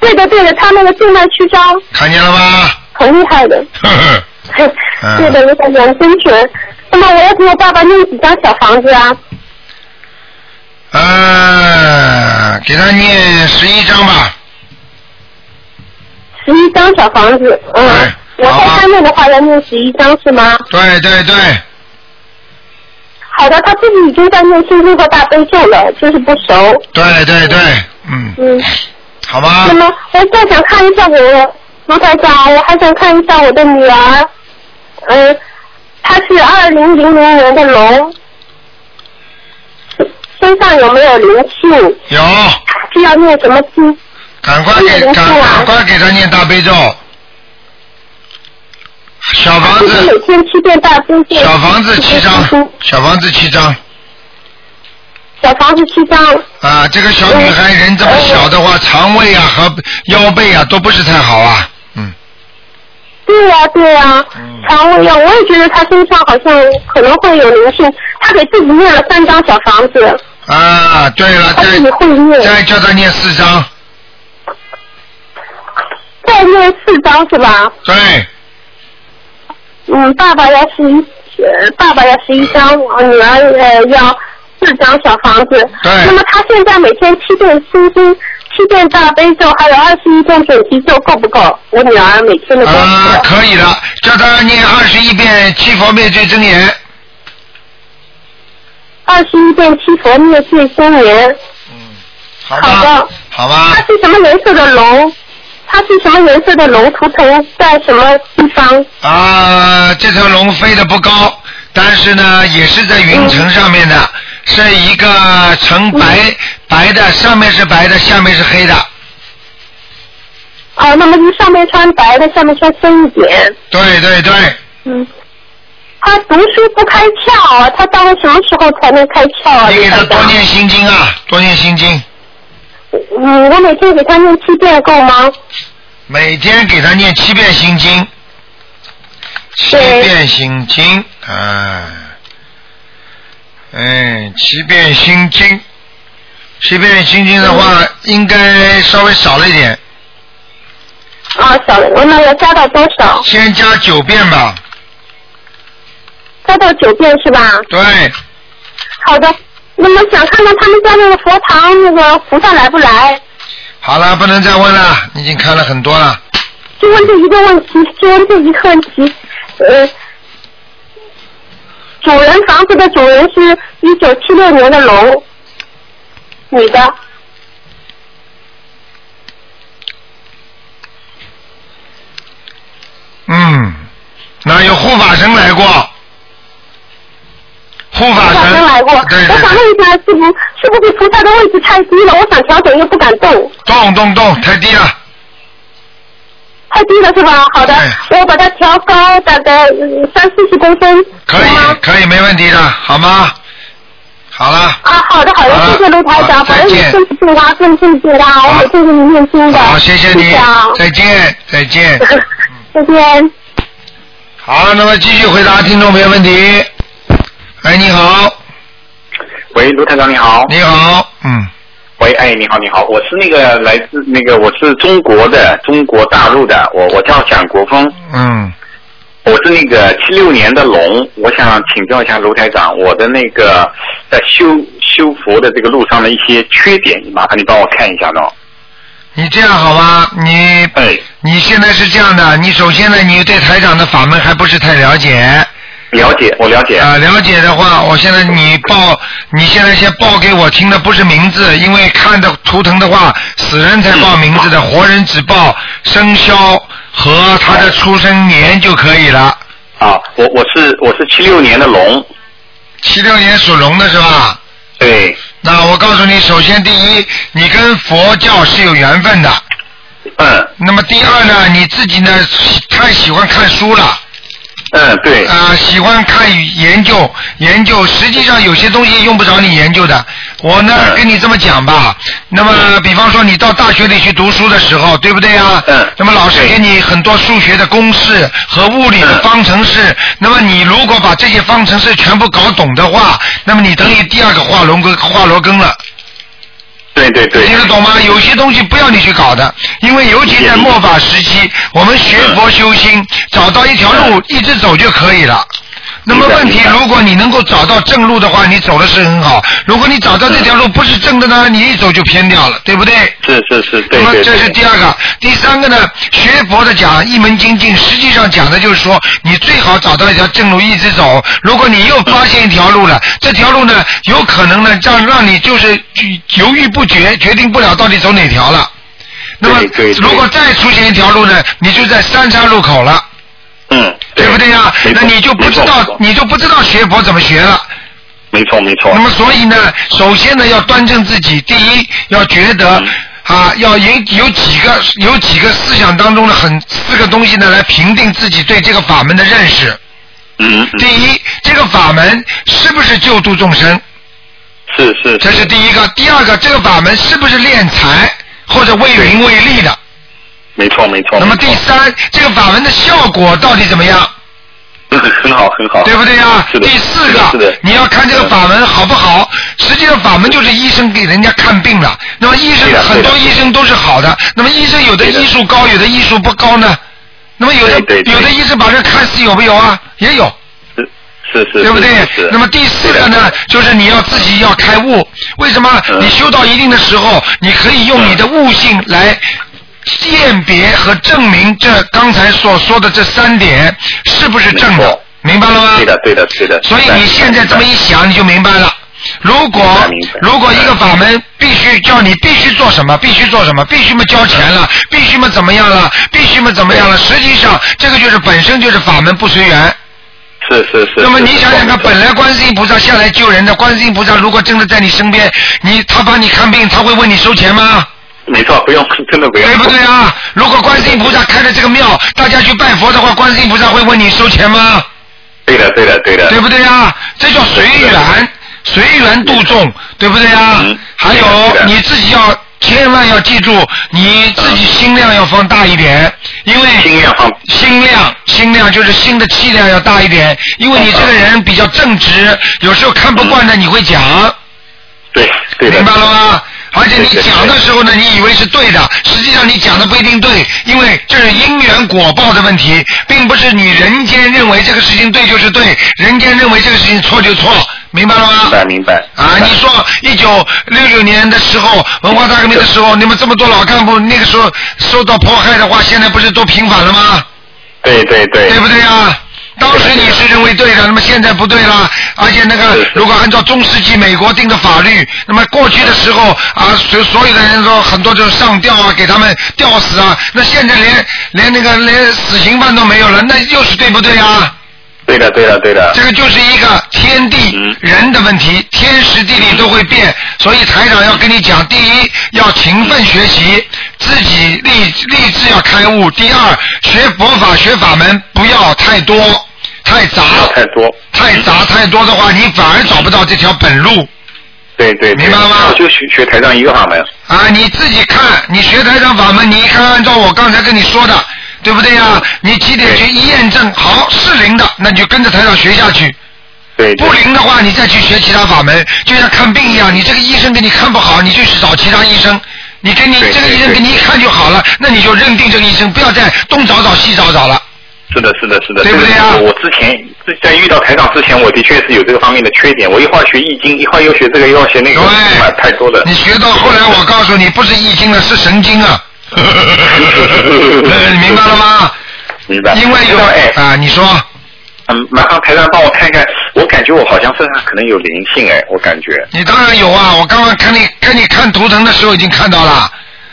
F: 对的对的，他那个静脉曲张
A: 看见了 吧？
F: 很厉害的，
A: 呵呵，嗯
F: 对的，我想讲真准。那么我要给我爸爸弄几张小房子啊？
A: 呃，给他念十一章吧。
F: 十一张小房子，嗯，
A: 哎
F: 我在
A: 好啊
F: 他那的话要弄十一张是吗？
A: 对对对，
F: 好的，他自己已经在念心经和大悲咒了，就是不熟。
A: 对对对，嗯，
F: 嗯，
A: 好吧
F: 那，么我再想看一下我的卢台长，我还想看一下我的女儿，嗯，她是二零零零年的龙，身身上有没有灵性？
A: 有，
F: 需要念什么经？
A: 赶快
F: 有
A: 给
F: 灵
A: 赶
F: 性啊
A: 赶快给他念大悲咒。小房
F: 就是每
A: 子，
F: 天七遍大悲咒。
A: 小房子七张，小房子七张。
F: 小房子七张。嗯
A: 啊，这个小女孩人这么小的话，肠胃啊和腰背啊都不是太好啊。嗯，
F: 对呀、对啊呀、
A: 嗯
F: 肠胃药，我也觉得他身上好像可能会有灵性，他给自己念了三张小房子，
A: 啊，对了，
F: 他自己
A: 再
F: 会念，
A: 再叫她念四张，
F: 再念四张是吧？
A: 对，
F: 嗯，爸爸要十一，呃爸爸要十一张，呃女儿呃要四张小房子。
A: 对
F: 那么他现在每天七遍心经、七遍大悲咒，还有二十一遍准提咒，够不够？我女儿每天的功
A: 啊，
F: 课。
A: 可以了，叫她念二十一遍七佛灭罪真言，
F: 二十一遍七佛灭罪真言。
A: 好
F: 好
A: 吧
F: 的，
A: 好
F: 它
A: 吧，
F: 是什么颜色的龙？它是什么颜色的龙？图腾在什么地方？
A: 啊，这条龙飞得不高，但是呢，也是在云层上面的，是一个呈白白的，上面是白的，下面是黑的，
F: 啊，那么就上面穿白的，下面穿深一点。
A: 对对对。
F: 嗯，他读书不开窍啊，他大概什么时候才能开窍啊？
A: 你给他
F: 台长
A: 多念心经啊，多念心经，
F: 嗯，我每天给他念七遍够吗？
A: 每天给他念七遍心经，七
F: 对
A: 遍心经，啊，嗯，七遍心经，七遍心经的话，
F: 嗯
A: 应该稍微少了一点，
F: 啊，小我那要加到多少？
A: 先加九遍吧。
F: 加到九遍是吧？
A: 对，
F: 好的。那么想看看他们家那个佛堂那个菩萨来不来？
A: 好了，不能再问了，你已经看了很多了。
F: 就问这一个问题，就问这一个问题。呃，主人房子的主人是一九七六年的龙，女
A: 啊
F: 的。
A: 嗯，那有护法神来过，护
F: 菩
A: 法
F: 萨
A: 神
F: 刚来过，
A: 对对
F: 我想
A: 对，
F: 问一下，是不是不是菩萨的位置太低了？我想调整又不敢动，
A: 动动动，太低了。
F: 太低了是吧？好的，
A: 对
F: 我把它调高大概嗯三四十公分，
A: 可
F: 行吗
A: 以，可以，没问题的，好吗？好了，
F: 啊，好的好的，
A: 好了
F: 谢谢卢台
A: 好
F: 长，反正你
A: 再见
F: 身体健康，身体健康，我
A: 好
F: 每天给你念经的，
A: 好，谢谢你
F: 啊，，
A: 再见，再见。
F: 再见。
A: 好，那么继续回答听众朋友问题。哎，你好，
H: 喂，卢台长你好。
A: 你好，嗯，
H: 喂，哎，你好，你好，我是那个来自那个我是中国的，中国大陆的，我我叫蒋国峰，
A: 嗯，
H: 我是那个七六年的龙，我想请教一下卢台长，我的那个在修修佛的这个路上的一些缺点，麻烦你帮我看一下呢。
A: 你这样好吗？你
H: 哎，
A: 你现在是这样的，你首先呢，你对台长的法门还不是太了解。
H: 了解，我了解。
A: 啊、了解的话，我现在你报，你现在先报给我听的不是名字，因为看的图腾的话，死人才报名字的，活人只报生肖和他的出生年就可以了。
H: 啊，我我是我是七六年的龙，
A: 七六年属龙的是吧？
H: 对，
A: 那我告诉你，首先第一，你跟佛教是有缘分的。
H: 嗯
A: 那么第二呢，你自己呢喜太喜欢看书了。
H: 嗯对，
A: 啊、喜欢看研究研究，实际上有些东西用不着你研究的。我呢，
H: 嗯
A: 跟你这么讲吧，那么比方说你到大学里去读书的时候，对不对啊？
H: 嗯
A: 那么老师给你很多数学的公式和物理的
H: 嗯
A: 方程式，那么你如果把这些方程式全部搞懂的话，那么你等
H: 嗯
A: 于第二个画龙跟画罗庚了。
H: 对对对，
A: 听得懂吗？有些东西不要你去搞的，因为尤其在末法时期，我们学佛修心，找到一条路一直走就可以了。那么问题
H: 嗯明白，
A: 如果你能够找到正路的话，你走的是很好；如果你找到这条路不是正的呢，你一走就偏掉了，对不对？
H: 是是是，对
A: 那么
H: 对
A: 这是
H: 对，
A: 第二个，第三个呢？学佛的讲一门精进，实际上讲的就是说，你最好找到一条正路一直走。如果你又发现一条路了，这条路呢，有可能呢让让你就是犹豫不决，决定不了到底走哪条了。那么
H: 对对，对
A: 如果再出现一条路呢，你就在三岔路口了，
H: 嗯，
A: 对不对呀、
H: 没错
A: 那你就不知
H: 没错没
A: 道
H: 错，
A: 你就不知道学佛怎么学了。
H: 没错没错
A: 那。么所以呢，首先呢要端正自己，第一要觉得。啊，要有有几个有几个思想当中的很四个东西呢，来评定自己对这个法门的认识。
H: 嗯，嗯
A: 第一，这个法门是不是救度众生，
H: 是是
A: 这是第一个；第二个，这个法门是不是敛财或者为名为利的？
H: 没错没错。
A: 那么第三，这个法门的效果到底怎么样？
H: 没错嗯很好很好，
A: 对不对啊？
H: 是的，
A: 第四
H: 是的嗯
A: 个，，你要看这个法门好不好。实际上，法门就是医生给人家看病了。那么医生
H: 对的
A: 很
H: 对的
A: 多医生都是好的，那么医生有的
H: 对的
A: 医术高，有的医术不高呢。那么有的
H: 对对对
A: 有的医生把人看死有没有啊？也有，
H: 是是是，
A: 对不对
H: 是是？
A: 那么第四个
H: 对
A: 呢
H: 的，
A: 就是你要自己要开悟。为什么？
H: 嗯
A: 你修到一定的时候，你可以用
H: 嗯
A: 你的悟性来。鉴别和证明这刚才所说的这三点是不是正
H: 没
A: 的
H: 错，
A: 明白了吗？
H: 对的对的对的。
A: 呃所以你现在这么一想，你就明白了。如果
H: 明白明白
A: 如果一个法门必须叫你必须做什么，必须做什么，必须么交钱了，必须么怎么样了，必须么怎么样了，实际上这个就是本身就是法门不随缘。
H: 是是是。
A: 那么你想想看，
H: 是
A: 本来观世音菩萨下来救人的，观世音菩萨如果真的在你身边，你他帮你看病，他会问你收钱吗？
H: 没错，不用， 真的不用。
A: 对不对啊？如果观世音菩萨开了这个庙，大家去拜佛的话，观世音菩萨会问你收钱吗？
H: 对的，对的，对 的。
A: 对不对啊？这叫随缘，随缘度众，对不对啊
H: 嗯？
A: 还有
H: 对的
A: 你自己要千万要记住，你自己心量要放大一点，因为
H: 心量放
A: 心量，心量就是心的气量要大一点，因为你这个人比较正直，有时候看不惯的你会讲，
H: 对对的。
A: 明白了吗？而且你
H: 对对对
A: 讲的时候呢，你以为是对的，实际上你讲的不一定对，因为这是因缘果报的问题，并不是你人间认为这个事情对就是对，人间认为这个事情错就错，明白了吗
H: 明？白明白。
A: 啊，你说一九六六年的时候，文化大革命的时候，你们这么多老干部，那个时候受到迫害的话，现在不是都平反了吗？
H: 对对对。
A: 对不对啊？当时你是认为对的，那么现在不对了。而且那
H: 是
A: 个
H: 是，
A: 如果按照中世纪美国定的法律，那么过去的时候啊，所所有的人说很多就是上吊啊，给他们吊死啊。那现在连连那个连死刑犯都没有了，那又是对不对啊？
H: 对的对的对的
A: 这。个就是一个天地
H: 嗯
A: 人的问题，天时地利都会变，所以台长要跟你讲，第一要勤奋学习，自己立立志要开悟；第二，学佛法学法门不要太多太杂，
H: 不要太嗯多。
A: 太杂太多的话，你反而找不到这条本路。
H: 对对。对
A: 明白了吗
H: 我就学学台上一个法门。
A: 啊，你自己看，你学台长法门，你一看按照我刚才跟你说的，对不对呀、你几点去
H: 嗯对
A: 验证？好，是灵的，那你就跟着台长学下去。
H: 对。对
A: 不灵的话，你再去学其他法门，就像看病一样，你这个医生给你看不好，你就去找其他医生。你给你
H: 对
A: 这个医生
H: 对对
A: 给你一看就好了，那你就认定这个医生，不要再东找找西找找了。
H: 是的，是的，是的，
A: 对不对啊
H: 这个我之前在遇到台长之前，我的确是有这个方面的缺点。我一会儿学易经，一会儿又学这个，一会儿学那个，太太多了。
A: 你学到后来，我告诉你，不是易经了，是神经 啊。呃你明白了吗？
H: 明白？
A: 因为
H: 知
A: 有
H: 道哎，
A: 啊，你说
H: 嗯，麻烦台长帮我看看，我感觉我好像身上可能有灵性哎，我感觉
A: 你当然有啊，我刚刚看你跟你看图腾的时候已经看到了。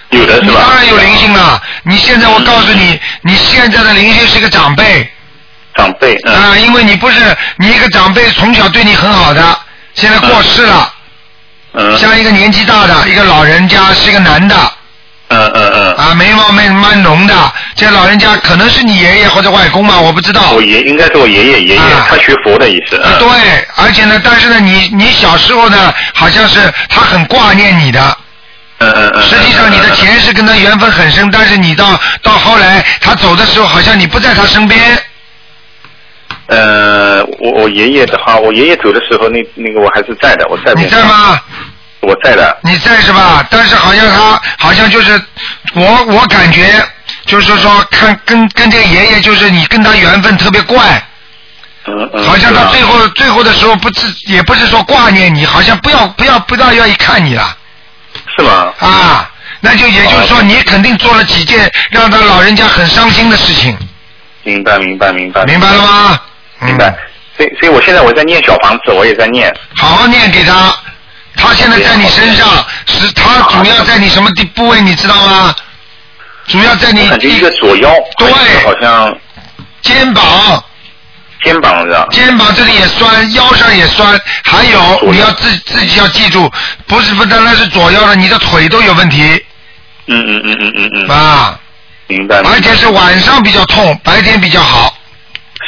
H: 有的是
A: 你
H: 吧？
A: 当然有灵性了，你现在我告诉你，你现在的灵性是个长辈。
H: 长辈，嗯，
A: 啊，因为你不是你一个长辈从小对你很好的，现在过世了，
H: 嗯，
A: 像一个年纪大的一个老人家是一个男的
H: 嗯嗯嗯，
A: 啊，眉毛蛮蛮浓的，这老人家可能是你爷爷或者外公嘛，我不知道。
H: 我爷应该是我爷爷爷爷
A: 啊，
H: 他学佛的也是，嗯，
A: 对，而且呢，但是呢，你你小时候呢，好像是他很挂念你的，
H: 嗯嗯嗯，
A: 实际上你的
H: 嗯
A: 前世跟他缘分很深，但是你到到后来他走的时候，好像你不在他身边。
H: 呃，我我爷爷的话，我爷爷走的时候，那那个我还是在的，我在
A: 你
H: 边
A: 在
H: 上，
A: 吗？
H: 我在的，
A: 你在是吧？但是好像他好像就是我我感觉就是说看跟跟这个爷爷就是你跟他缘分特别怪，
H: 嗯嗯，
A: 好像
H: 是
A: 到
H: 吧
A: 最后最后的时候不是也不是说挂念你，好像不要不要不大愿意看你了
H: 是吗？嗯
A: 啊。那就也就是说，
H: 哦
A: 你肯定做了几件让他老人家很伤心的事情，
H: 明白，明白，明白，
A: 明白了？吗？
H: 嗯明白
A: 嗯。。
H: 所以，所以我现在我在念小房子，我也在念。
A: 好好念给他，他现在在你身上，是他主要在你什么地部位，你知道吗？主要在你
H: 哎我感觉一个左腰，
A: 对
H: 好像
A: 肩膀、
H: 肩膀上。
A: 肩膀这里也酸，腰上也酸，还有你要自自己要记住，不是不单单是左腰了，你的腿都有问题
H: 嗯嗯嗯嗯嗯嗯。
A: 啊，
H: 明白。明白
A: 而且是晚上比较痛，白天比较好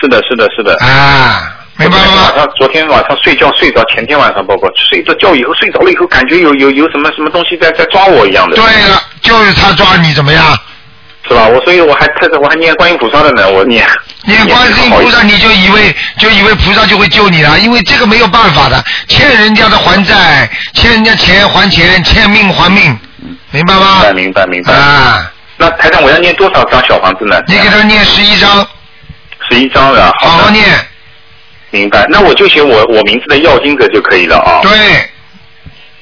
H: 是的，是的，是的。
A: 啊，明白了吗
H: 晚？上昨天晚上睡觉睡着，前天晚上包括睡着觉以后睡着了以后，感觉有有有什么什么东西在在抓我一样的，
A: 对了，就是他抓你怎么样？
H: 是吧？我所以我还特我还念观音菩萨的呢，我念
A: 念观世音菩萨，你就以为就以为菩萨就会救你了，因为这个没有办法的，欠人家的还债，欠人家钱还钱，欠命还命，明白
H: 明
A: 吗？
H: 白嗯明白明白。
A: 啊，
H: 那台长，我要念多少张小房子呢？
A: 你给他念十一章，
H: 十一张了，
A: 好
H: 的
A: 好。念，
H: 明白，那我就写我我名字的要经者就可以了啊。
A: 对，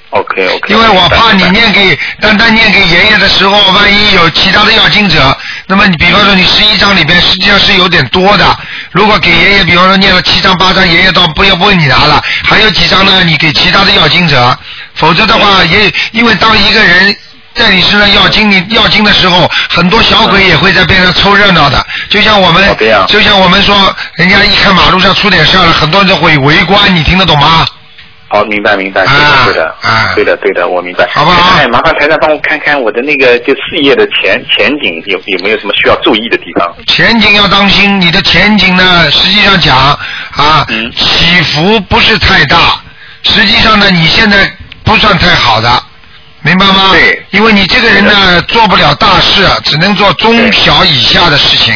H: ，OK OK。
A: 因为我怕你
H: 明白
A: 念给单单念给爷爷的时候，万一有其他的要经者，那么你比方说你十一章里边实际上是有点多的，如果给爷爷比方说念了七章八章，爷爷倒不要不为你拿了，还有几章呢你给其他的要经者，否则的
H: 嗯
A: 话也因为当一个人。在你身上要经你要经的时候，很多小鬼也会在边上凑热闹的，就像我们
H: 嗯哦这样，
A: 就像我们说，人家一看马路上出点事儿了，很多人就会围观，你听得懂吗？
H: 好，明白明白，
A: 啊
H: 对的
A: 啊
H: 对的，对的对的，我明白。
A: 好不好
H: 哎，麻烦台长帮我看看我的那个就事业的前前景有有没有什么需要注意的地方？
A: 前景要当心，你的前景呢，实际上讲啊，
H: 嗯
A: 起伏不是太大。实际上呢，你现在不算太好的，明白吗？
H: 对
A: 因为你这个人呢，做不了大事，只能做中
H: 对
A: 小以下的事情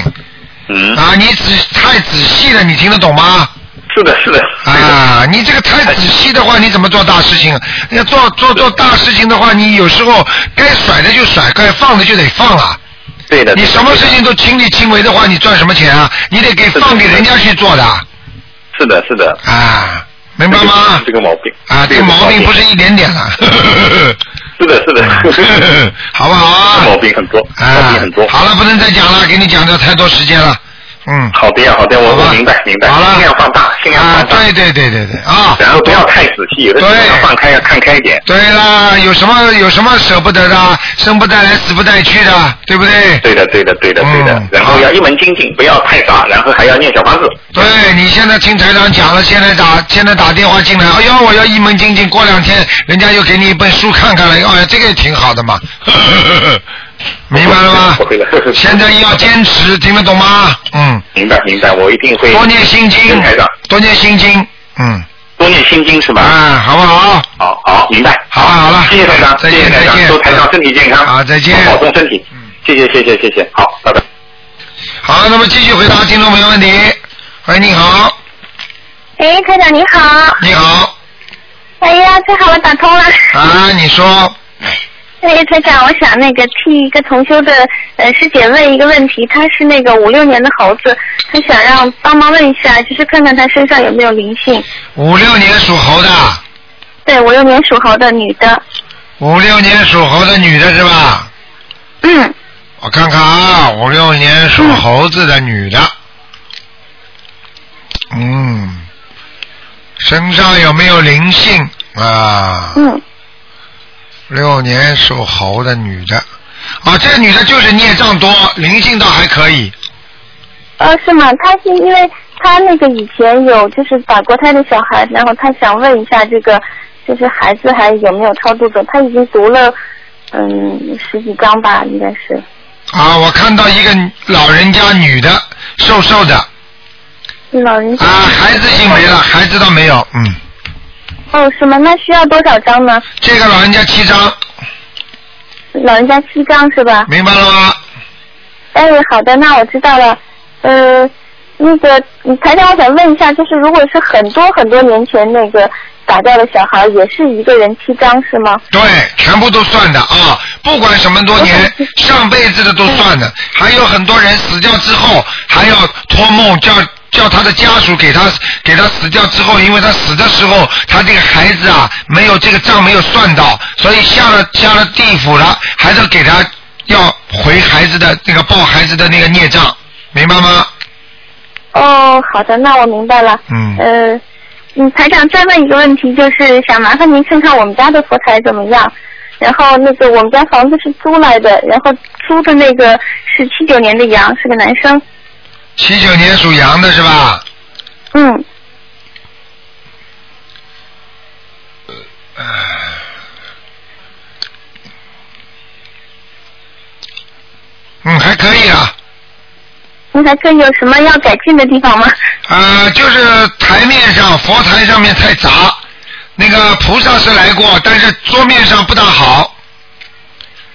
H: 嗯，
A: 啊。你仔太仔细了，你听得懂吗？
H: 是的，是的，对的，嗯
A: 啊，你这个太仔细的话，你怎么做大事情？要做做做大事情的话，你有时候该甩的就甩，该放的就得放啊了。
H: 对的。
A: 你什么事情都亲力亲为的话，你赚什么钱啊？你得给放给人家去做的
H: 是的，是的。
A: 啊，明白吗
H: 这？个毛病
A: 啊，这个毛病不是一点点 了，
H: 是的， 是的，
A: 好不好啊？
H: 毛病很多，毛
A: 啊
H: 病很多，。
A: 好了，不能再讲了，给你讲的太多时间了。嗯，
H: 好的呀，好的呀，我
A: 好吧
H: 我明白明白，
A: 好了
H: 尽量放大，尽量
A: 啊
H: 放，大，
A: 对对对对对啊，
H: 然后不要太仔细，有的时候要放开，要看开一点。
A: 对啦，有什么有什么舍不得的，啊生不带来死不带去的，啊对不对？
H: 对的，对的，对的，对的
A: 嗯。
H: 然后要一门精进，不要太杂，然后还要念小房子。
A: 对你现在听台长讲了，现在打现在打电话进来，哎呦，我要一门精进，过两天人家又给你一本书看看了，哎，这个也挺好的嘛， 明白了吗
H: 我会的我会？的
A: 现在要坚持，听得懂吗？嗯，
H: 明白，明白，我一定会
A: 多念心经
H: 跟台长，
A: 多念心经，嗯，
H: 多念心经是吧？
A: 啊，好不好？
H: 好好，明白。
A: 好了啊好了，
H: 谢谢台长，
A: 再
H: 谢谢
A: 见
H: 台
A: 再
H: 长，
A: 见，
H: 祝台长身体健康，
A: 好，再见。
H: 保重身体。谢谢谢谢谢谢，好，拜拜。
A: 好，那么继续回答听众朋友问题。喂，你好，
G: 哎，科长你好。
A: 你好，
G: 哎呀，太好了，打通了。
A: 啊，你说，
G: 哎，台长，我想那个替一个同修的呃师姐问一个问题，她是那个五六年的猴子，她想让帮忙问一下，就是看看她身上有没有灵性。
A: 五六年属猴的。
G: 对，五六年属猴的女的，
A: 五六年属猴的女的是吧？
G: 嗯，
A: 我看看啊，五六年属猴子的女的，嗯，身上有没有灵性啊？
G: 嗯，
A: 六年属猴的女的，啊，这个女的就是孽障多，灵性倒还可以，
G: 呃，是吗？她是因为她那个以前有就是打过胎的小孩，然后她想问一下这个就是孩子还有没有超度走？她已经读了嗯十几章吧，应该是。
A: 啊，我看到一个老人家女的，瘦瘦的，
G: 老人家
A: 啊，孩子已经没了，孩子倒没有，嗯，
G: 哦，是吗？那需要多少张呢？
A: 这个老人家七张，
G: 老人家七张是吧？
A: 明白了吗？
G: 哎，好的，那我知道了。呃，那个嗯台长，我想问一下，就是如果是很多很多年前那个打掉的小孩，也是一个人七张是吗？
A: 对，全部都算的啊，不管什么多年，上辈子的都算的。还有很多人死掉之后还要托梦叫叫他的家属给他给他死掉之后，因为他死的时候他这个孩子啊没有这个账没有算到，所以下了下了地府了，还是给他要回孩子的那个报孩子的那个孽障，明白吗？
G: 哦，好的，那我明白了。
A: 嗯
G: 呃，嗯，台长再问一个问题，就是想麻烦您看看我们家的佛台怎么样。然后那个我们家房子是租来的，然后租的那个是七九年的羊，是个男生。
A: 七九年属羊的是吧？
G: 嗯，
A: 嗯，还可以啊，
G: 你还可以有什么要改进的地方吗？
A: 啊，就是台面上佛台上面太杂，那个菩萨是来过，但是桌面上不大好，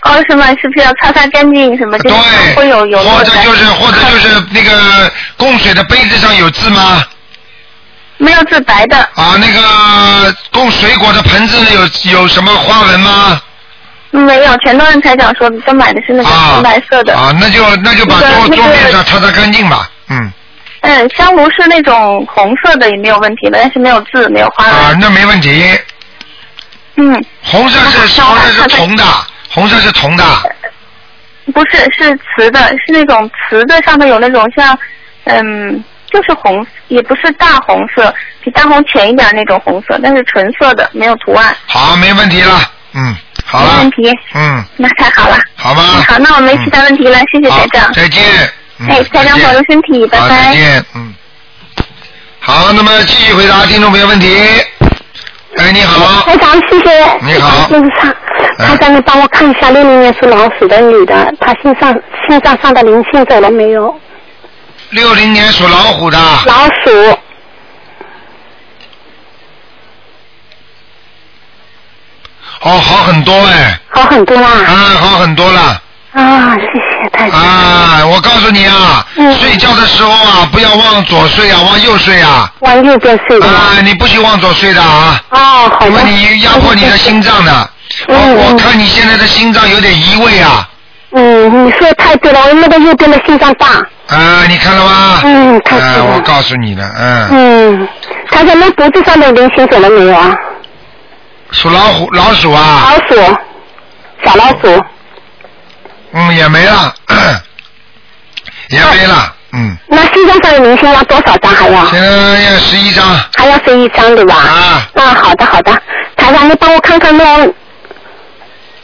G: 哦，是吗？是不是要擦擦干净什么？就是
A: 对，
G: 会有有那
A: 或
G: 个
A: 者就是或者就是那个供水的杯子上有字吗？
G: 没有自白的，
A: 啊，那个供水果的盆子有有什么花纹吗？
G: 嗯没有，全都按台长说的，都买的是那个
A: 啊
G: 红白色的。
A: 啊，那就那就把
G: 那个
A: 桌
G: 那个
A: 桌面上擦擦干净吧，嗯，
G: 嗯，香炉是那种红色的也没有问题的，但是没有字，没有花纹。
A: 啊，那没问题。
G: 嗯，
A: 红色是
G: 那好
A: 红色
G: 那
A: 是
G: 再
A: 铜的，红色是铜的，
G: 不是，是瓷的，是那种瓷的，上头有那种像，嗯，就是红，也不是大红色，比大红浅一点那种红色，但是纯色的，没有图案，
A: 好，没问题了，嗯，好
G: 没
A: 了
G: 问，题。
A: 嗯，
G: 那太好了。
A: 好吧，
G: 好，那我没其他问题了，谢谢台
A: 嗯好，
G: 长。
A: 再见，嗯
G: 哎，台长
A: 再见
G: 保重身体，拜
A: 好，再
G: 拜。
A: 见，嗯。好，那么继续回答听众朋友问题。哎，你好，嗯
F: 台长，谢谢。
A: 你好
F: 陆上，
A: 哎
F: 台长，你帮我看一下六零年属老鼠的女的，她心上心脏上的灵性走了没有？
A: 六零年属老虎的，
F: 老鼠，
A: 哦，好很多哎，
F: 好很多
A: 啊，
F: 啦。
A: 好很多了。
F: 啊，谢谢台长。
A: 啊，我告诉你啊，
F: 嗯
A: 睡觉的时候啊，不要往左睡啊，往右睡啊。
F: 往右边睡的。
A: 啊，你不许往左睡的啊，
F: 哦，嗯好
A: 因
F: 的
A: 为。你压迫你的心脏的。我、
F: 嗯
A: 我
F: 嗯
A: 看你现在的心脏有点移位啊，
F: 嗯，你说的太对了，我那个右边的心脏大。
A: 啊，你看了吗？
F: 嗯看见
A: 啊，
F: 了
A: 我告诉你了，嗯，
F: 嗯，台长，那脖子上的灵性走了没有啊？
A: 属老虎老鼠啊
F: 老，鼠，小老鼠。
A: 嗯，也没 了，也没了，嗯，
F: 那心脏上的灵性要多少张还要？
A: 现在要十一张
F: 还要是一张对吧？
A: 啊，
F: 啊，好的好的，台长，你帮我看看那个，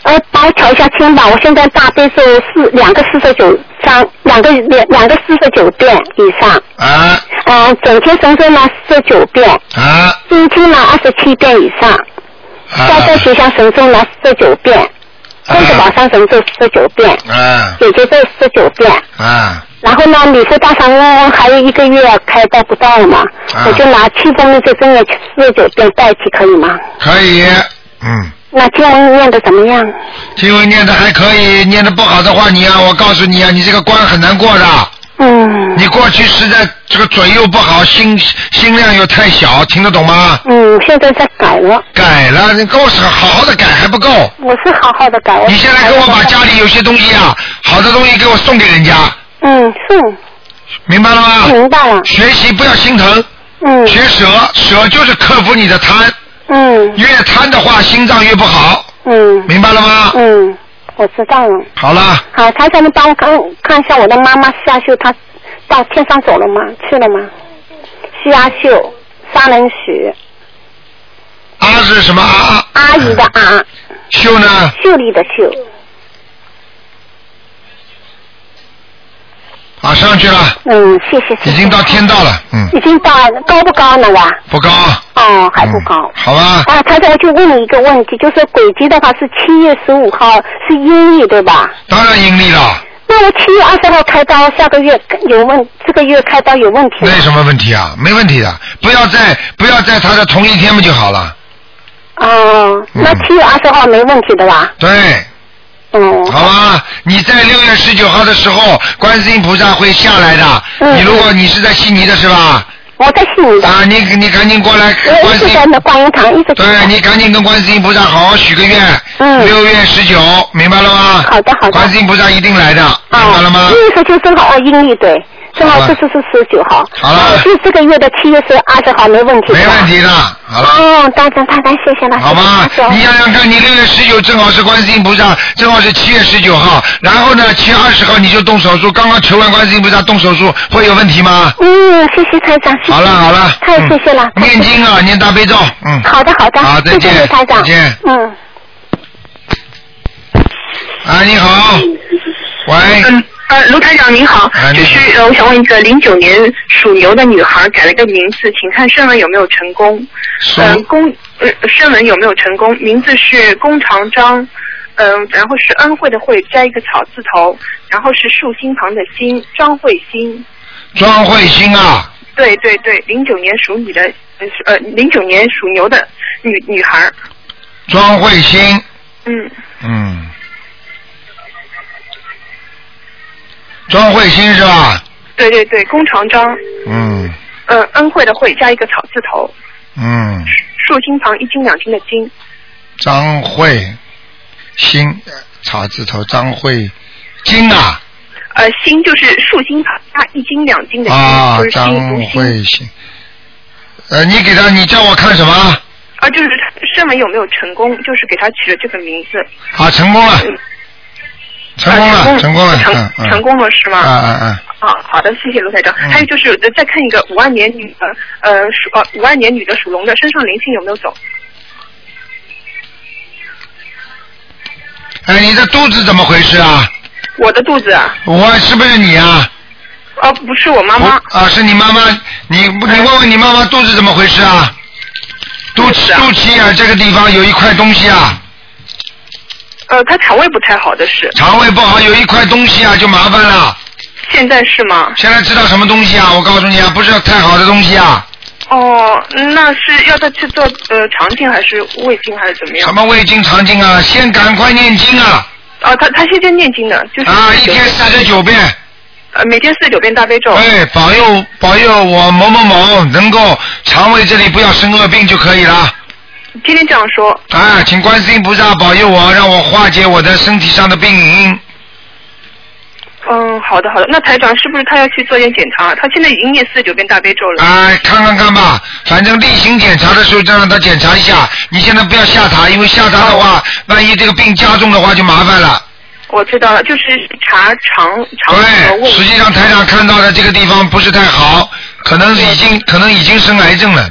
F: 呃，帮我调一下签吧。我现在大悲咒四两个四十九张，两个两两个四十九遍以上，
A: 啊
F: 嗯、整天神咒呢四十九遍，
A: 啊
F: 心经呢二十七遍以上，
A: 啊
F: 消灾吉祥神咒呢四十九遍，功德宝山神咒四十九遍，
A: 啊
F: 姐姐咒四十九遍。
A: 啊，
F: 然后呢，礼佛大忏文还有一个月开到不到了嘛，
A: 啊
F: 我就拿七封的这真的四十九遍代替可以吗？
A: 可以，嗯。
F: 那经文念的怎么样？
A: 经文念的还可以，念的不好的话，你啊，我告诉你啊，你这个关很难过的。
F: 嗯
A: 你过去实在这个嘴又不好，心心量又太小，听得懂吗？
F: 嗯，现在在改了，
A: 改了，你够是好好的改还不够。
F: 我是好好的改。
A: 你现在给我把家里有些东西啊，好的东西给我送给人家，
F: 嗯是
A: 明白了吗？
F: 明白了，
A: 学习不要心疼，
F: 嗯
A: 学舍，舍就是克服你的贪，
F: 嗯
A: 越贪的话心脏越不好，
F: 嗯
A: 明白了吗？
F: 嗯，我知道了。
A: 好了，
F: 好，台长，你帮我看看一下我的妈妈夏秀，她到天上走了吗？去了吗？夏秀，三人许，
A: 阿啊是什么阿？
F: 阿姨的阿，
A: 秀呢？
F: 秀丽的秀，
A: 啊，上去了，
F: 嗯，谢谢。谢谢
A: 已经到天道了，嗯。
F: 已经到高不高呢哇？
A: 不高，
F: 哦，还不高
A: 嗯。好吧，
F: 啊，台长，我就问你一个问题，就是轨迹的话是七月十五号是阴历对吧？
A: 当然盈利了，
F: 那我七月二十号开刀，下个月有问，这个月开刀有问题吗
A: 那？有什么问题啊？没问题的，不要在不要在他的同一天不就好了？
F: 哦，
A: 嗯
F: 那七月二十号没问题的吧？
A: 对，
F: 嗯，
A: 好吧，你在六月十九号的时候，观世音菩萨会下来的。
F: 嗯
A: 你如果你是在悉尼的是吧？
F: 我在悉尼的，
A: 啊，你你赶紧过来，
F: 我
A: 观
F: 一
A: 世
F: 直
A: 音
F: 在那观音堂，一直
A: 对你赶紧跟观世音菩萨好好许个愿。
F: 嗯
A: 六月十九，明白了吗？
F: 好的好的
A: 观世音菩萨一定来的，明白了吗
F: 啊，？那时候就正好哦，阴历对，正
A: 好
F: 好
A: 了
F: 这次是十九号，
A: 好了
F: 那就这个月的七月是二十号没问题的吧
A: 没问。题的，好了。
F: 哦，大长太太，谢谢了，
A: 好
F: 吗
A: 吧？，你想想看，你六月十九正好是观世音菩萨，正好是七月十九号，然后呢，七月二十号你就动手术，刚刚求完观世音菩萨动手术，会有问题吗？
F: 嗯，谢谢台长，谢谢
A: 好了好了，
F: 太
A: 嗯
F: 谢谢了，
A: 念经啊，念大悲咒，嗯。
F: 好的好的，
A: 好再见
F: 谢谢台长，
A: 再见
F: 嗯，
A: 啊，你好，喂，
G: 呃，卢台长您好
A: 哎，你
G: 就
A: 好
G: 是呃，我想问一个零九年属牛的女孩改了个名字，请看声纹有没有成功？
A: 属
G: 嗯、公呃声纹有没有成功？名字是弓长张，嗯、然后是恩惠的惠，摘一个草字头，然后是竖心旁的心，张慧心。
A: 庄慧欣啊，
G: 对对对，零九年属你的，呃是呃，零九年属牛的女女孩儿，
A: 庄慧欣，
G: 嗯，
A: 嗯，庄慧欣是吧？
G: 对对对，弓长张，
A: 嗯
G: 嗯、恩惠的惠加一个草字头，
A: 嗯，
G: 竖心旁一斤两斤的斤，
A: 张慧欣，草字头张慧金啊
G: 呃，心就是竖心旁加一斤两斤的斤，
A: 啊
G: 就，是心
A: 张
G: 无心，
A: 慧欣。呃，你给他，你叫我看什么？
G: 啊，就是声纹有没有成功，就是给他取了这个名字，
A: 啊，成功了，成功
G: 啊
A: 了，成功了，
G: 成
A: 嗯嗯，
G: 成功了是吗？
A: 啊啊啊！
G: 啊，好的，谢谢卢台长。
A: 嗯
G: 还有就是，呃再看一个五二年女的，呃，属呃五二年女的属龙的身上灵性有没有走？
A: 哎，你的肚子怎么回事啊？
G: 我的肚子啊，
A: 我是不是你啊？
G: 哦、不是我妈妈，
A: 啊，是你妈妈，你你问问你妈妈肚子怎么回事啊？肚
G: 肚子
A: 脐
G: 啊
A: 肚脐眼、这个地方有一块东西啊，
G: 呃，她肠胃不太好的是，
A: 肠胃不好有一块东西啊，就麻烦了。
G: 现在是吗？
A: 现在知道什么东西啊？我告诉你啊，不是太好的东西啊。
G: 哦，那是要再去做呃肠镜还是胃镜还是怎么样？
A: 什么胃经、肠经啊？先赶快念经啊！
G: 哦，她她现在念经呢，就是
A: 啊，一
G: 49
A: 天四十九遍，
G: 呃每天四十九遍大悲咒。
A: 哎，保佑保佑我某某某能够肠胃这里不要生恶病就可以了。
G: 今天这样说，
A: 啊，请观世音菩萨保佑我，让我化解我的身体上的病因。
G: 嗯，好的好的。那台长是不是他要去做点检查？他现在已经念四十九遍大悲咒了。
A: 啊，看看看吧，反正例行检查的时候再让他检查一下。你现在不要吓他，因为吓他的话，万一这个病加重的话就麻烦了。
G: 我知道了，就是查肠肠和
A: 对，
G: 胃。
A: 实际上台长看到的这个地方不是太好，可能已经可能已经生癌症了。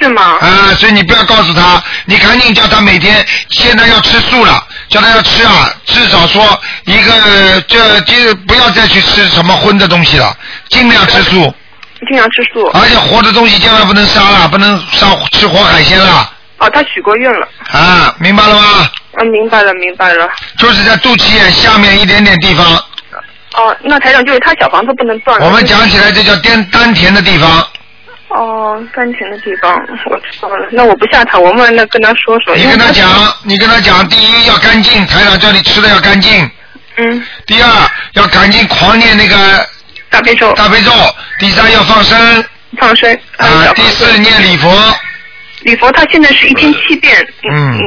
G: 是吗？
A: 啊，所以你不要告诉他，你赶紧叫他每天现在要吃素了，叫他要吃啊，至少说一个呃这这不要再去吃什么荤的东西了，尽量吃素，
G: 经常吃素。
A: 而且活的东西千万不能杀了，不能杀吃活海鲜了
G: 哦，他许过愿了。
A: 啊，明白了吗？
G: 嗯，明白了，明白了。
A: 就是在肚脐眼下面一点点地方，
G: 哦，那台长就是他小房子不能断了。
A: 我们讲起来这叫丹丹田的地方，
G: 哦，丹田的地方，我知道了。那我不吓他，我问那跟他说说。
A: 你跟他讲，你跟他讲，第一要干净，台长叫你吃的要干净，
G: 嗯，
A: 第二要赶紧狂念那个
G: 大悲咒，
A: 大悲咒，第三要放生。
G: 放生，还有
A: 啊
G: 小，
A: 第
G: 房子
A: 四念礼佛，
G: 礼佛，他现在是一天七遍。
A: 嗯
G: 嗯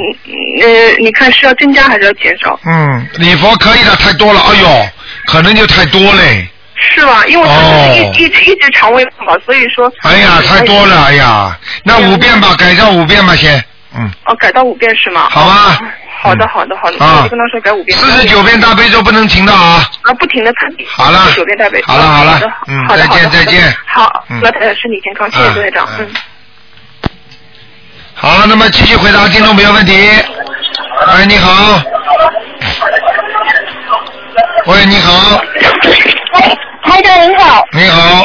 G: 呃，你看是要增加还是要减少？
A: 嗯，礼佛可以的，太多了，哎呦，可能就太多嘞，
G: 是吧？因为他就是一、
A: 哦
G: 一直一直肠胃不好，所以说。
A: 哎呀，太多了，哎呀，那五遍吧，改造五遍吧，先，嗯，
G: 哦，改到五遍是吗？
A: 好吧
G: 好的，
A: 嗯
G: 好的，好的。
A: 啊
G: 那我就跟他说改五遍。
A: 四十九遍大悲咒不能停的啊，
G: 啊，不停的看。
A: 好了
G: 九遍大悲。
A: 好了好了
G: 好的
A: 嗯
G: 好的
A: 再见
G: 好的
A: 再见
G: 好，
A: 嗯
G: 祝大家身体健康，谢
A: 嗯
G: 谢刘队长。嗯。
A: 好了，那么继续回答听众朋友问题。喂，你好。喂，你好，
B: 台长您好，
A: 你好，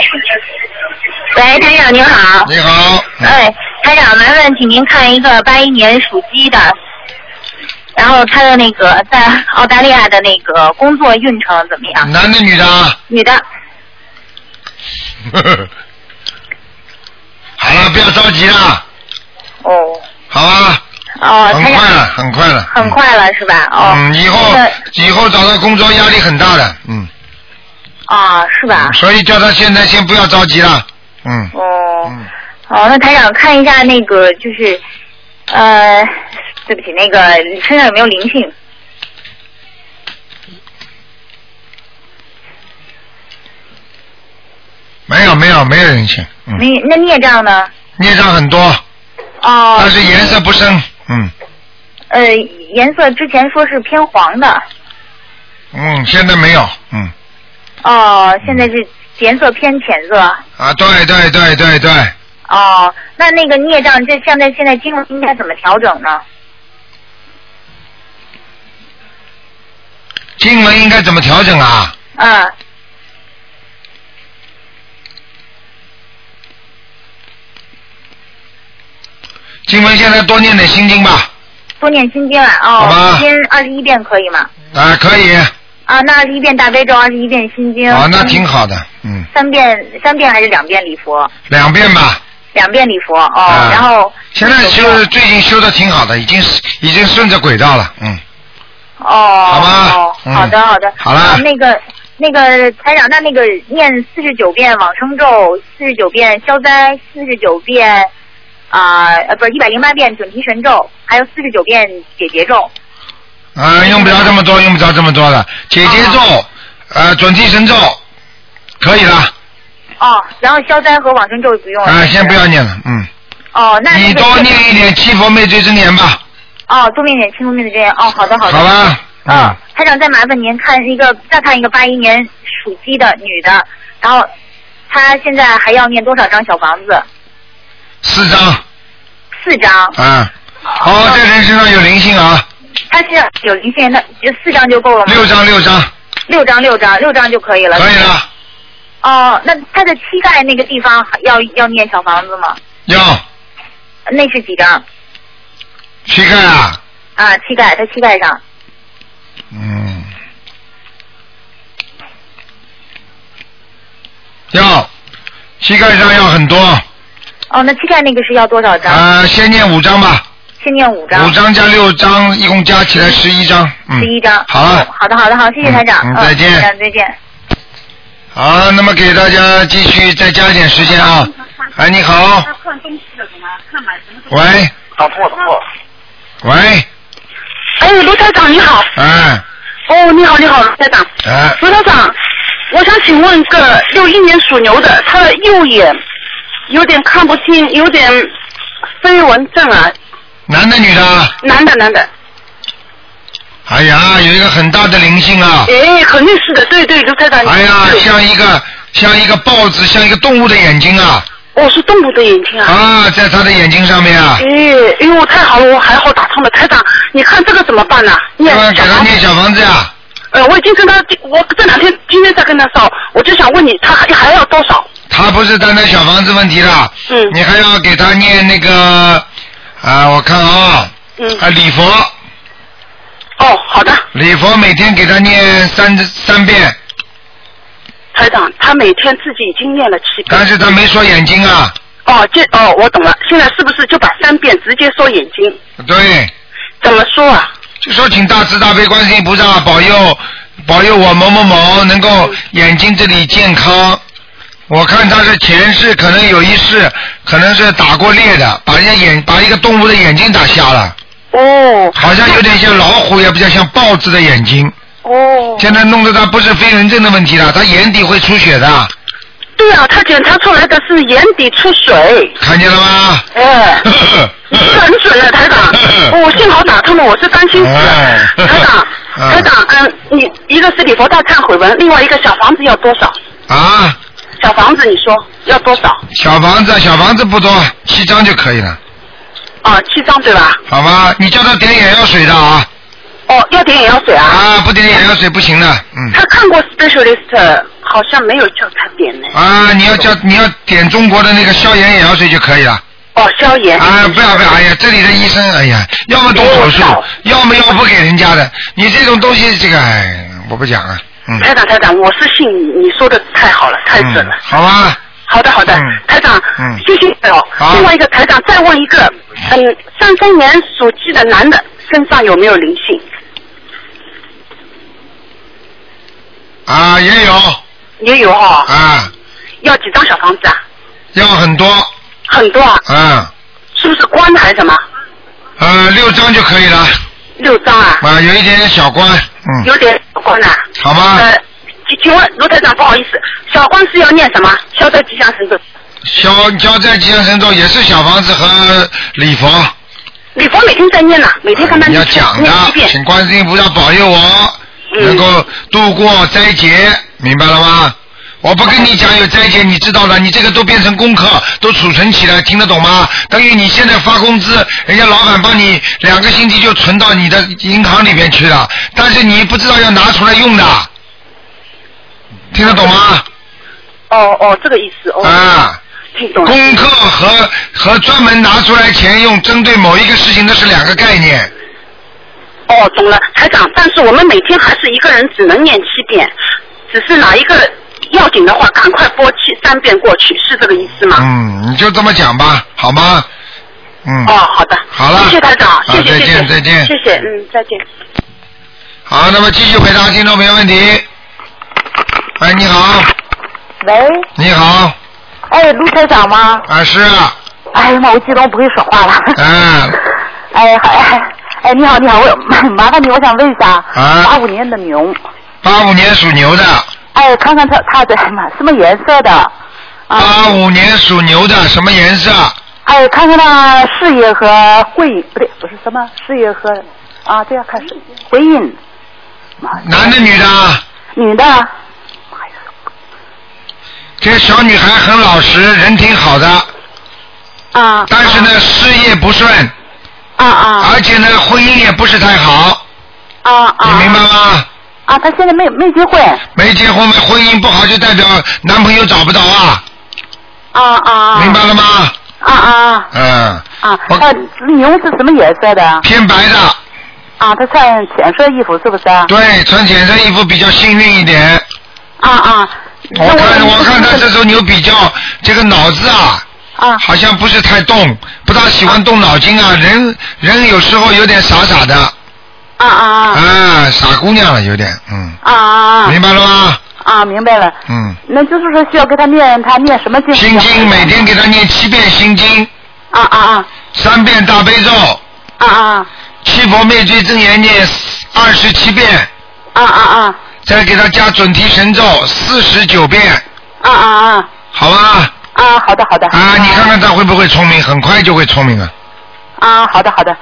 B: 喂，台长您好，
A: 你好，
B: 哎，台长，麻烦请您看一个八一年属鸡的，然后他的那个在澳大利亚的那个工作运程怎么样？
A: 男的女的啊？
B: 女的，
A: 好了，不要着急了，
B: 哦
A: 好吧？
B: 哦，
A: 很
B: 台
A: 快
B: 长
A: 了，很快了，
B: 很快了是吧？哦，
A: 嗯，以后以后找到工作压力很大的，嗯，
B: 啊、哦、是吧？
A: 所以叫他现在先不要着急了，嗯
B: 哦。
A: 嗯，
B: 哦，那台长看一下那个就是，呃，对不起，那个身上有没有灵性？
A: 没有没有没有人性，嗯，
B: 没，那孽障呢？
A: 孽障很多，
B: 哦
A: 但，是颜色不深，嗯
B: 呃，颜色之前说是偏黄的，
A: 嗯，现在没有，嗯
B: 哦，现在是颜色偏浅色，
A: 啊，对对对对对，
B: 哦，那那个孽障这现在现在经文应该怎么调整呢？
A: 经文应该怎么调整啊？
I: 嗯，
A: 经文现在多念点心经吧，
B: 多念心经了
A: 好吧
B: 哦，心经二十一遍可以吗？
A: 啊，可以，
B: 啊，那二十一遍大悲咒，二十一遍心经。
A: 啊，那挺。好的，嗯，
B: 三遍，三遍还是两遍礼佛？
A: 两遍吧，
B: 两遍礼佛哦，
A: 啊
B: 然后
A: 现在修最近修的挺好的，已经已经顺着轨道了，嗯，
B: 哦，好
A: 吗
B: 哦，
A: 嗯
B: 好的，好的，
A: 好啦
B: 啊那个那个台长，那那个念四十九遍往生咒，四十九遍消灾，四十九遍啊呃不是一百零八遍准提神咒，还有四十九遍解结咒。
A: 啊，用不着这么多，用不着这么
B: 哦
A: 多了，解结咒，呃，准提神咒，可以了，
B: 哦，然后消灾和往生咒不用了。
A: 啊，先不要念了，嗯，
B: 哦，那
A: 你
B: 那个
A: 多念一点七佛灭罪真言吧，
B: 哦，多念点清风面的真言。哦，好的好啊的。
A: 好吧，嗯，
B: 台长，再麻烦您看一个，再看一个八一年属鸡的女的，然后她现在还要念多少张小房子？
A: 四张，
B: 四张。
A: 啊，哦，这人身上有灵性啊，
B: 她是有灵性，那就四张就够了吗？
A: 六张六张，
B: 六张，六张，六张就可以了。可以
A: 了。
B: 哦，那她的膝盖那个地方还要要念小房子吗？
A: 要
B: 那是几张？
A: 膝盖啊，
B: 啊，膝盖，她膝盖上。
A: 嗯，要膝盖上要很多，
B: 哦，那膝盖那个是要多少张？
A: 啊，先念五张吧，
B: 先念五张。
A: 五张加六张，一共加起来十一张，嗯
B: 十，一张。
A: 好了
B: 哦好的，好的，好，谢谢台长。
A: 嗯嗯再见
B: 台长再见。
A: 好，那么给大家继续再加一点时间啊，哎，你好，喂，
F: 打错打错。
A: 喂，
F: 哎，卢台长你好。
A: 哎，
F: 哦，你好你好，卢台长。
A: 哎，
F: 卢台长，我想请问个六一年属牛的，他的右眼有点看不清，有点飞蚊症啊。
A: 男的女的啊？
F: 男的男的。
A: 哎呀，有一个很大的灵性啊，
F: 哎，肯定是的，对对，卢台长。
A: 哎呀
F: 对，
A: 像一个像一个豹子，像一个动物的眼睛啊，
F: 哦，是动物的眼睛啊。
A: 啊，在他的眼睛上面啊，
F: 哎，哎呦，太好了，我还好打通了，台长，你看这个怎么办
G: 啊
F: 呢、念
A: 给他念小房子啊呀、
F: 呃，我已经跟他，我这两天今天在跟他烧，我就想问你，他还还要多少？
A: 他不是单单小房子问题了，
F: 嗯，
A: 你还要给他念那个啊，我看啊，
F: 嗯，
A: 啊礼佛，
F: 哦，好的，
A: 礼佛每天给他念三三遍，
F: 台长，他每天自己已经念了七遍。
A: 但是他没说眼睛啊，
F: 哦，这哦，我懂了，现在是不是就把三遍直接说眼睛？
A: 对，
F: 怎么说啊？
A: 就说请大慈大悲观世音菩萨保佑保佑我某某某能够眼睛这里健康。我看他是前世可能有一世，可能是打过猎的，把人家眼把一个动物的眼睛打瞎了。
F: 哦。
A: 好像有点像老虎，也比较像豹子的眼睛。
F: 哦。
A: 现在弄得他不是飞蚊症的问题了，他眼底会出血的，
F: 对啊，他检查出来的是眼底出水。
A: 看见了吗？
F: 哎，你
A: 嗯
F: 是很准的，台长。我幸好打通了，我是担心死
A: 啊
F: 了。
A: 哎
F: 台 长，台长，嗯，你一个是礼佛大忏悔文，另外一个小房子要多少？
A: 啊，
F: 小房子，你说要多少？
A: 小房子小房子不多，七张就可以了，
F: 啊，七张对吧？
A: 好吗？你叫他点眼药水的啊，
F: 哦，要点眼药水啊。
A: 啊，不点眼药水不行的，嗯。
F: 他看过 specialist，好像没有叫他点呢。
A: 啊，你要叫你要点中国的那个消炎眼药水就可以了。
F: 哦，消炎。
A: 啊，不要不要，哎呀，这里的医生，哎呀，要么动手术，要么要不给人家的。你这种东西，这个，哎，我不讲了，嗯。
F: 台长，台长，我是信你，你说的太好了，太准了。
A: 好啊。
F: 好的，好的，台长，
A: 嗯
F: 谢谢你哦。另外一个台长，再问一个，嗯，三三年属鸡的男的身上有没有灵性？
A: 啊，也有
F: 也有哦。
A: 啊，
F: 要几张小房子啊？
A: 要很多，
F: 很多啊，
A: 嗯，
F: 是不是关还是什么？
A: 呃，六张就可以了，
F: 六张啊，
A: 啊，有一点点小关，嗯，
F: 有点关啊。
A: 好吗？
F: 呃，请请问卢台长，不好意思，小关是要念什么？消灾吉祥神咒。
A: 消消灾吉祥神咒也是小房子和礼佛，
F: 礼佛每天在念呢，每天跟他
A: 嗯你要
F: 念
A: 讲的
F: 念一，遍。
A: 请观世音菩萨保佑我能够度过灾劫，明白了吗？我我不跟你讲有斋戒，你知道的，你这个都变成功课，都储存起来，听得懂吗？等于你现在发工资，人家老板帮你两个星期就存到你的银行里边去了，但是你不知道要拿出来用的，听得懂吗？
F: 哦哦，这个意思哦。
A: 啊。
F: 听懂了。
A: 功
D: 嗯
A: 课和和专门拿出来钱用，针对某一个事情，那是两个概念。
F: 哦，懂了，台长。但是我们每天还是一个人只能念七遍，只是哪一个要紧的话，赶快拨七三遍过去，是这个意思吗？
A: 嗯，你就这么讲吧，好吗？嗯。
F: 哦，好的。
A: 好了。
F: 谢谢台长，
A: 啊
F: 谢谢
A: 再见再见
F: 谢谢，嗯，再见。
A: 好，那么继续回答听众朋友问题。哎，你好，
D: 喂，
A: 你好，
D: 哎，卢台长吗？
A: 啊是啊，
D: 哎呀妈，我激动不会说话了。
A: 嗯。
D: 哎，好哎，哎，你好，你好，我麻 麻烦你，我想问一下，
A: 啊
D: 八五年的牛，
A: 八五年属牛的，
D: 哎，看看它它的哎妈什么颜色的？啊
A: 八五年属牛的什么颜色？
D: 哎，看看它事业和婚姻，不对，不是什么事业和啊，对呀、看是婚姻。
A: 男的女的？
D: 女的。
A: 这个小女孩很老实，人挺好的。
D: 啊。
A: 但是呢，事业不顺。
D: 啊啊。
A: 而且呢，婚姻也不是太好。
D: 啊啊。
A: 你明白吗？
D: 啊，她现在没没结婚。
A: 没结婚，婚姻不好就代表男朋友找不到啊。
D: 啊啊。
A: 明白了吗？
D: 啊啊
A: 嗯，
D: 啊！它牛是什么颜色的？
A: 偏白的。
D: 啊，它穿浅色衣服是不是啊？
A: 对，穿浅色衣服比较幸运一点。
D: 啊啊。
A: 我看我看哦他这头牛比较这个脑子啊。
D: 啊。
A: 好像不是太动，不大喜欢动脑筋啊，人人有时候有点傻傻的。
D: 啊啊
A: 啊，傻姑娘了有点，嗯，
D: 啊啊啊！
A: 明白了吗？
D: 啊，明白了。
A: 嗯。
D: 那就是说需要给他念，他念什么经？
A: 心经每天给他念七遍心经。
D: 啊啊啊！
A: 三遍大悲咒。
D: 啊啊。
A: 七佛灭罪真言念二十七遍。
D: 啊啊啊！
A: 再给他加准提神咒四十九遍。
D: 啊啊啊！
A: 好吧。
D: 啊，好的好的。
A: 啊，你看看他会不会聪明？很快就会聪明啊！
D: 啊，好的好的。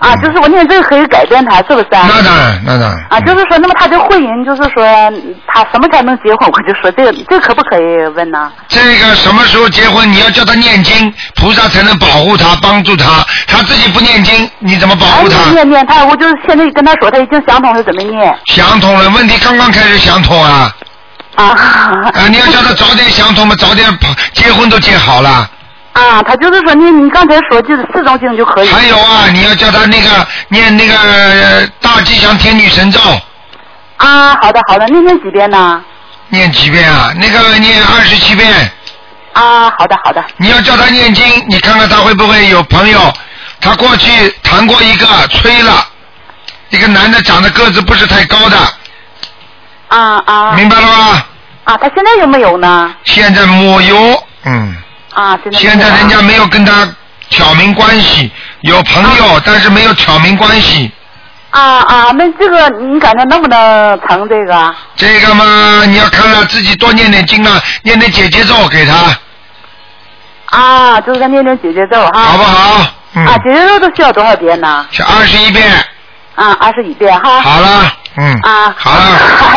D: 啊，就是我念这个可以改变他，是不是啊？
A: 那当然，那当然。嗯
D: 啊，就是说，那么他这婚姻，就是说，他什么才能结婚？我就说这个，这个可不可以问呢？
A: 这个什么时候结婚？你要叫他念经，菩萨才能保护他、帮助他。他自己不念经，你怎么保护
D: 哎
A: 哦他？
D: 念念他，我就是现在跟他说，他已经想通了怎么念
A: 想通了，问题刚刚开始想通啊！
D: 啊。
A: 啊，你要叫他早点想通嘛，早点跑结婚都结好了。
D: 啊，他就是说你你刚才说就是四种经就可以。
A: 还有啊，你要叫他那个念那个、呃大吉祥天女神咒，
D: 啊，好的好的，那念几遍呢？
A: 念几遍啊？那个念二十七遍。
D: 啊，好的好的。
A: 你要叫他念经，你看看他会不会有朋友？他过去谈过一个吹了，一个男的长得个子不是太高的，
D: 啊啊。
A: 明白了吗？
D: 啊，他现在有没有呢？
A: 现在没有，嗯，
D: 啊，现在
A: 现在人家没有跟他挑明关系，有朋友、但是没有挑明关系。
D: 啊啊，那这个你感觉能不能成这个？
A: 这个嘛，你要看了自己多念点经了，念点姐姐咒给他，
D: 啊，就是在念念姐姐咒哈。
A: 好不好？嗯
D: 啊，姐姐咒都需要多少遍呢？
A: 是二十一遍。
D: 啊，二十一遍哈。
A: 好了，嗯，
D: 啊，
A: 好了，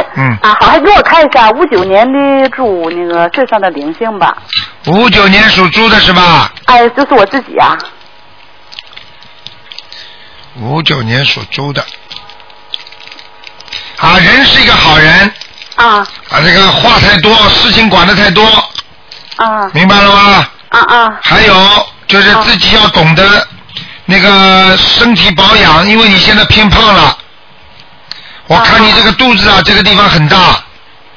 A: 嗯，
D: 啊，好，还给我看一下五九年的猪那个身上的灵性吧。
A: 五九年属猪的是吧？
D: 哎，就是我自己啊。
A: 五九年属猪的，啊，人是一个好人，
D: 啊
A: 啊，这个话太多，事情管的太多，
D: 啊
A: 明白了吗？
D: 啊啊
A: 还有就是自己要懂得那个身体保养，因为你现在偏胖了，我看你这个肚子啊，这个地方很大，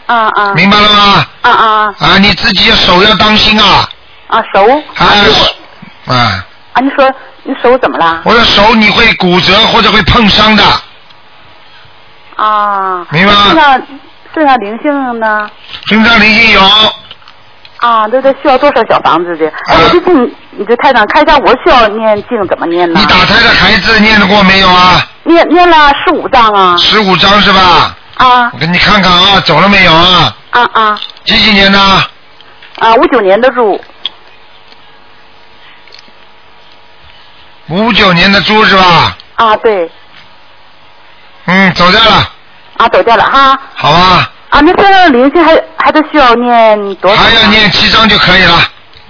D: 啊啊！
A: 明白了吗？
D: 啊啊
A: 啊，你自己手要当心啊，
D: 啊！手
A: 啊啊，
D: 啊！你说你手怎么了？
A: 我的手你会骨折或者会碰伤的，
D: 啊。
A: 明白吗
D: 身上身上灵性呢？
A: 身上灵性有。
D: 啊，对对，需要多少小房子的？哎，我最近你这太长，看一下我需要念经怎么念呢？你打
A: 胎的孩子念得过没有啊？
D: 念念了十五章啊。
A: 十五张是吧？
D: 啊
A: 我给你看看啊，走了没有啊？
D: 啊啊
A: 几几年的？
D: 啊！五九年的猪
A: 五九年的猪是吧？
D: 啊，对
A: 嗯，走掉了，
D: 啊，走掉了哈
A: 好吧？
D: 啊啊，那身上的灵性还还得需要念多少？还要
A: 念七张就可以了。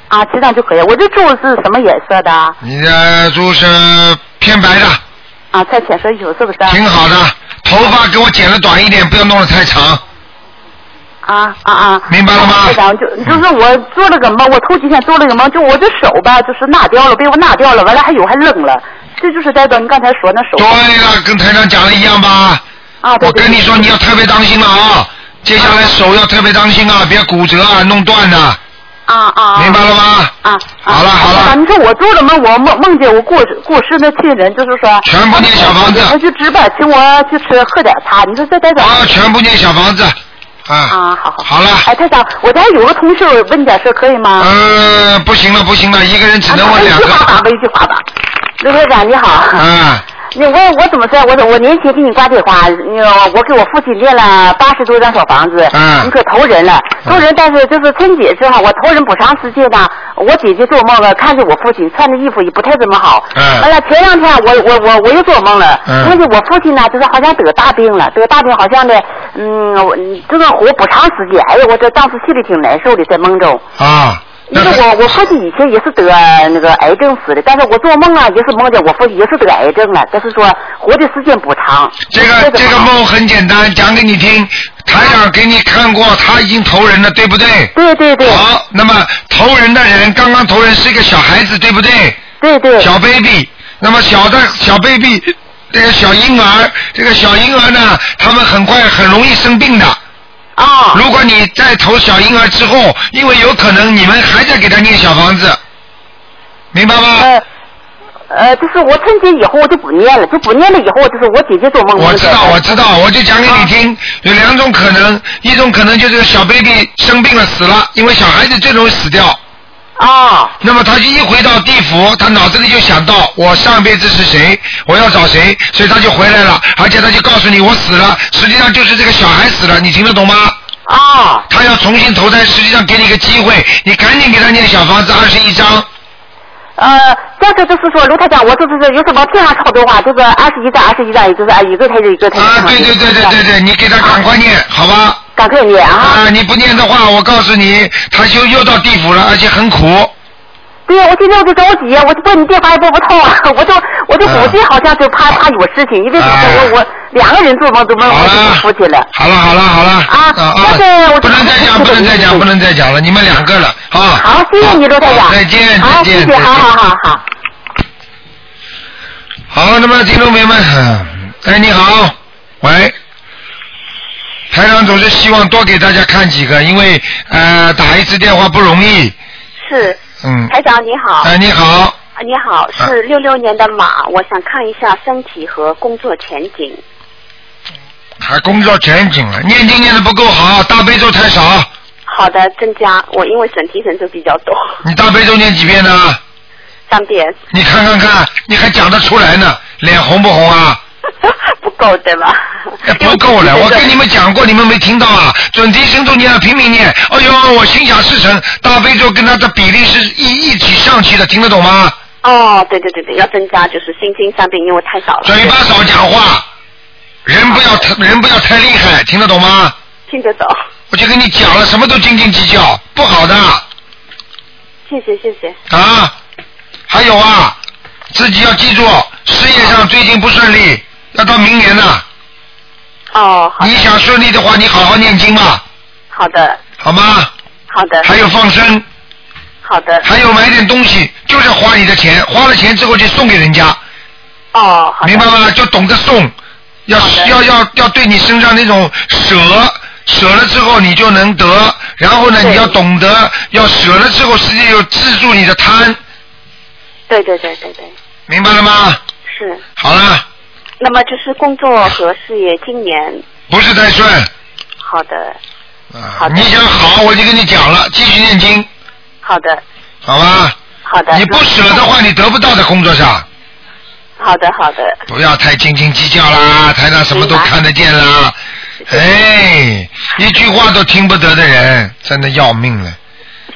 D: 啊，七张就可以。我这柱是什么颜色的？
A: 你的猪是偏白的，
D: 啊，在浅色有是不是？
A: 挺好的，头发给我剪的短一点，不要弄得太长。
D: 啊啊啊！
A: 明白了吗？
D: 队长，就就是我做了个梦，我头几天做了个梦，就我这手吧，就是拿掉了，被我拿掉了，完了还有还扔了，这就是代表你刚才说那手。
A: 对了，跟台上讲的一样吧？
D: 啊，
A: 我跟你说，你要特别当心了啊！接下来手要特别当心啊，别骨折啊，弄断的、
D: 啊啊！
A: 明白了吗？
D: 啊，
A: 好了好
D: 了。你说我做了梦，我梦梦见我过过世的亲人，就是说。
A: 全部念小房子。
D: 我去值班，请我去吃喝点茶。你说这代表。
A: 啊，全部念小房子。啊。
D: 啊，好好。
A: 好了。
D: 哎，台长，我家有个同事问点事儿可以吗？
A: 呃，不行了不行了，一个人只能问两个。
D: 一句话吧，一句话吧。刘台长你好。
A: 嗯。
D: 那我我怎么说？我我年前给你挂电话，那个我给我父亲练了八十多张小房子，
A: 嗯
D: 你可投人了，投人，但是就是春节之后我投人不长时间呢，我姐姐做梦了，看见我父亲穿的衣服也不太怎么好，
A: 嗯
D: 完了前两天我我我我又做梦了，
A: 嗯
D: 梦见我父亲呢就是好像得大病了，得大病好像呢，嗯，我这个活不长时间，哎呀，我这当时心里挺难受的，在梦中。
A: 啊，
D: 因为哎我我父亲以前也是得那个癌症死的，但是我做梦啊也是梦见我父亲也是得癌症了，啊但是说活的时间不长。
A: 这个这个梦很简单，讲给你听。台长给你看过，他已经投人了，对不对？
D: 对对对。
A: 好，那么投人的人，刚刚投人是一个小孩子，对不对？
D: 对对。
A: 小 baby，那么小的小 baby，这个小婴儿，这个小婴儿呢，他们很快很容易生病的。
D: 啊。
A: 如果你再投小婴儿之后，因为有可能你们还在给他念小房子，明白吗？
D: 呃，就是我春节以后我就不念了，就不念了以后就是我姐姐做梦。
A: 我知道，我知道，我就讲给你听，有两种可能，一种可能就是小 baby 生病了死了，因为小孩子最容易死掉。
D: 啊。
A: 那么他一回到地府，他脑子里就想到我上辈子是谁，我要找谁，所以他就回来了，而且他就告诉你我死了，实际上就是这个小孩死了，你听得懂吗？
D: 啊。
A: 他要重新投胎，实际上给你一个机会，你赶紧给他念小房子二十一章。
D: 呃，这个就是说卢台长，我就是有什么这样操作话，就是二十一张，二十一张，也就是啊一个台就一个台。啊，对
A: 对对对对对，你给他赶快念，好吧？
D: 赶快念
A: 啊！你不念的话，我告诉你，他就又到地府了，而且很苦。
D: 对呀，我今天我就着急，我就拨你电话也拨不通，啊我就我
A: 嗯
D: 就我这好像就怕怕有事情，因为我我两个人做梦都梦我就父亲了。
A: 哎好了好了好了啊
D: 但是我
A: 不能再讲，不能再讲，不能再讲了，你们两个了啊！
D: 嗯好，谢谢你，罗台长。
A: 好再见再
D: 好，谢
A: 见
D: 谢，
A: 再见
D: 好好好好。
A: 好，那么听众朋友们，嗯哎，你好，喂，台长总是希望多给大家看几个，因为呃打一次电话不容易，
F: 是
A: 嗯，
F: 台长你好。
A: 哎你好。
F: 啊你好，是六六年的马，我想看一下身体和工作前景。
A: 还工作前景了，念经念的不够好，大悲咒太少，
F: 好的，增加。我因为审题神咒比较多，
A: 你大悲咒念几遍呢？
F: 三遍
A: 你看看看，你还讲得出来呢，脸红不红啊？
F: 不够对吧？
A: 哎不够 了，我跟你们讲过，你们没听到啊？准提神咒你要拼命念，哎呦，我心想事成，大悲咒跟它的比例是一一起上去的，听得懂吗？
F: 哦，对对对对，要增加就是心经三遍，因为太少了。
A: 嘴巴少讲话，人不要太人不要太厉害，听得懂吗？
F: 听得懂，
A: 我就跟你讲了，什么都斤斤计较，不好的
F: 谢谢谢谢。
A: 啊。还有啊，自己要记住，事业上最近不顺利，要到明年呢。
F: 哦。
A: 你想顺利的话，你好好念经吧，
F: 好的
A: 好吗？
F: 好的。
A: 还有放生。
F: 好的。
A: 还有买点东西，就是花你的钱，花了钱之后就送给人家。
F: 哦，好的
A: 明白吗？就懂得送，要要要要对你身上那种舍，舍了之后你就能得，然后呢，你要懂得要舍了之后，实际又制住你的贪，
F: 对对对对对，
A: 明白了吗？
F: 是。
A: 好了，
F: 那么就是工作和事业，今年
A: 不是太顺
F: 好的
A: 啊。你想好，我就跟你讲了，继续念经，
F: 好的
A: 好吧？
F: 好的。
A: 你不舍的话，你得不到的工作上。
F: 好的好的，
A: 不要太斤斤计较
F: 嗯
A: 啦，台上什么都看得见啦。哎，一句话都听不得的人，真的要命了。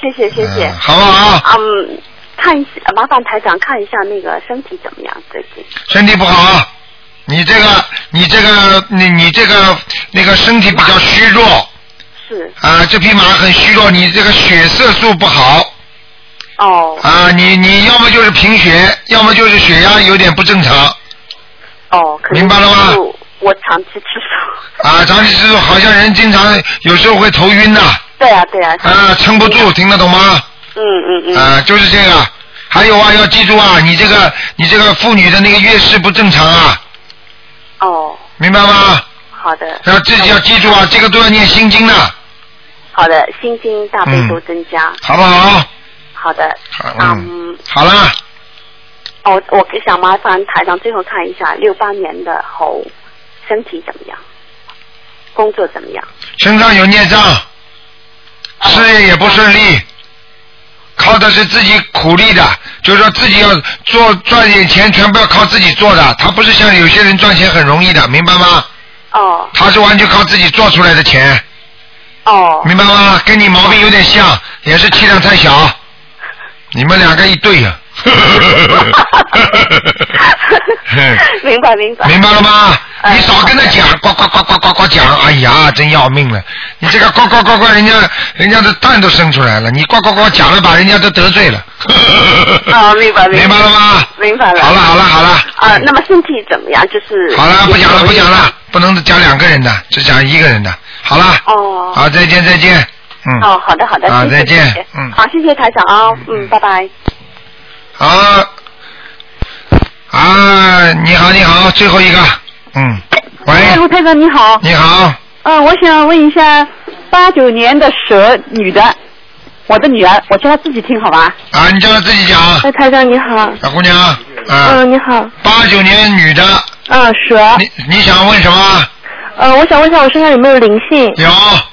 F: 谢谢谢谢。
A: 嗯好不好
F: 嗯，看一下，麻烦台长看一下那个身体怎么样最近。
A: 身体不好，你这个，你这个，你你这个那个身体比较虚弱，
F: 是。
A: 啊，这匹马很虚弱，你这个血色素不好。
F: 哦。
A: 啊，你你要么就是贫血，要么就是血压有点不正常。
F: 哦，可
A: 明白了吗？
F: 我长期吃素。
A: 啊，长期吃素好像人经常有时候会头晕的。
F: 对啊，对啊。
A: 啊，撑不住，听得懂吗？
F: 嗯嗯嗯。
A: 啊，就是这个。还有啊，要记住啊，你这个你这个妇女的那个月事不正常啊，
F: 哦，
A: 明白吗？
F: 好的。
A: 要自己要记住啊，这个都要念心经的，
F: 好的，心经大悲咒增加。
A: 好不好？
F: 好的，
A: 嗯好嗯，好啦，
F: 哦，我想麻烦台长最后看一下六八年的猴身体怎么样，工作怎么样？
A: 身上有孽障，事业也不顺利，靠的是自己苦力的，就是说自己要做赚点钱，全部要靠自己做的。他不是像有些人赚钱很容易的，明白吗？
F: 哦。
A: 他是完全靠自己做出来的钱，
F: 哦，
A: 明白吗？跟你毛病有点像，也是气量太小。你们两个一对 呀、
F: 明白明白。
A: 明白了吗？
F: 哎
A: 你少跟他讲，呱呱呱呱呱呱讲，哎呀，真要命了！你这个呱呱呱呱，人家人家的蛋都生出来了，你呱呱呱讲了，把人家都得罪了。
F: 哦，明白明白。明白了
A: 吗？
F: 明白了。
A: 好了好了好了。
F: 啊，那么身体怎么样？就是。
A: 好了，不讲了不讲了，不能讲两个人的，只讲一个人的。好了，
F: 哦。
A: 好，再见再见，嗯，
F: 哦，好的好的。
A: 啊
F: 谢谢
A: 再见
F: 谢谢
A: 嗯
F: 好，谢谢台长啊，嗯，拜拜。
A: 好，啊，你好你好，最后一个，嗯，
D: 哎，卢台长你好。
A: 你好。
D: 嗯，我想问一下，八九年的蛇女的，我的女儿，我叫她自己听好吧？
A: 啊，你叫她自己讲。
D: 哎，台长你好。
A: 小姑娘，啊，
D: 嗯，你好。
A: 八九年女的，
D: 嗯，蛇。
A: 你你想问什么？
D: 呃，我想问一下，我身上有没有灵性？
A: 有。
D: 啊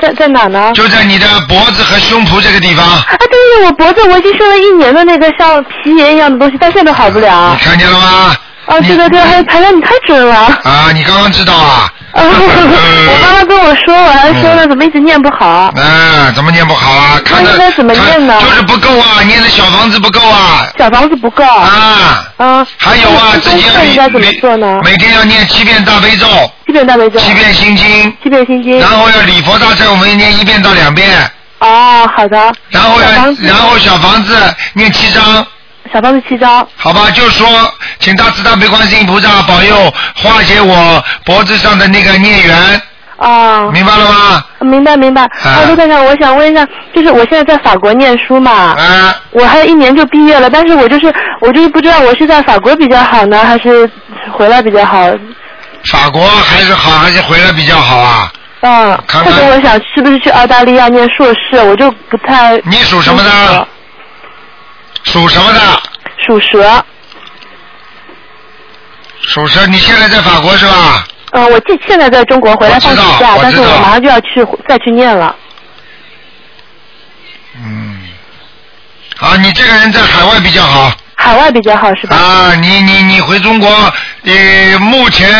D: 在在哪呢？
A: 就在你的脖子和胸脯这个地方，
D: 啊，对对对，我脖子我已经生了一年的那个像皮炎一样的东西，到现在都好不了。
A: 看见了吗？
D: 啊，对对对，还有台长你太 准了。啊，
A: 啊，你刚刚知道啊？
D: 嗯我妈妈跟我说
A: 嗯
D: 完，说了怎么一直念不好。
A: 啊，怎么念不好啊？看
D: 嗯
A: 着
D: 那应该怎么念呢？
A: 就是不够啊，念的小房子不够啊，
D: 小房子不够。
A: 啊。
D: 啊。
A: 还有啊，自己要
D: 应该怎么做呢？
A: 每天要念七遍大悲咒，
D: 七遍大悲咒，
A: 七遍心经，
D: 七遍心经。
A: 然后要礼佛大忏悔文念一遍到两遍，
D: 哦，好的。
A: 然后要然后小房子念七章。
D: 小房子七章。
A: 好吧，就说请大慈大悲观世音菩萨保佑化解我脖子上的那个孽缘。
D: 哦。
A: 明嗯白了吗？
D: 明白明白。啊，陆队长，我想问一下，就是我现在在法国念书嘛，
A: 啊，
D: 我还有一年就毕业了，但是我就是我就是不知道我是在法国比较好呢，还是回来比较好。
A: 法国还是好，还是回来比较好啊？
D: 嗯，
A: 看
D: 或者我想是不是去澳大利亚念硕士，我就不太。
A: 你属什么的？属什么的？
D: 属蛇。
A: 属蛇，你现在在法国是吧？
D: 嗯，我现现在在中国回来放
A: 我知
D: 暑
A: 道
D: 假
A: 我，
D: 但
A: 知
D: 是
A: 道
D: 我马上就要去再去念了。嗯
A: 啊，你这个人在海外比较好。
D: 海外比较好是吧？
A: 啊，你你你回中国，呃，目前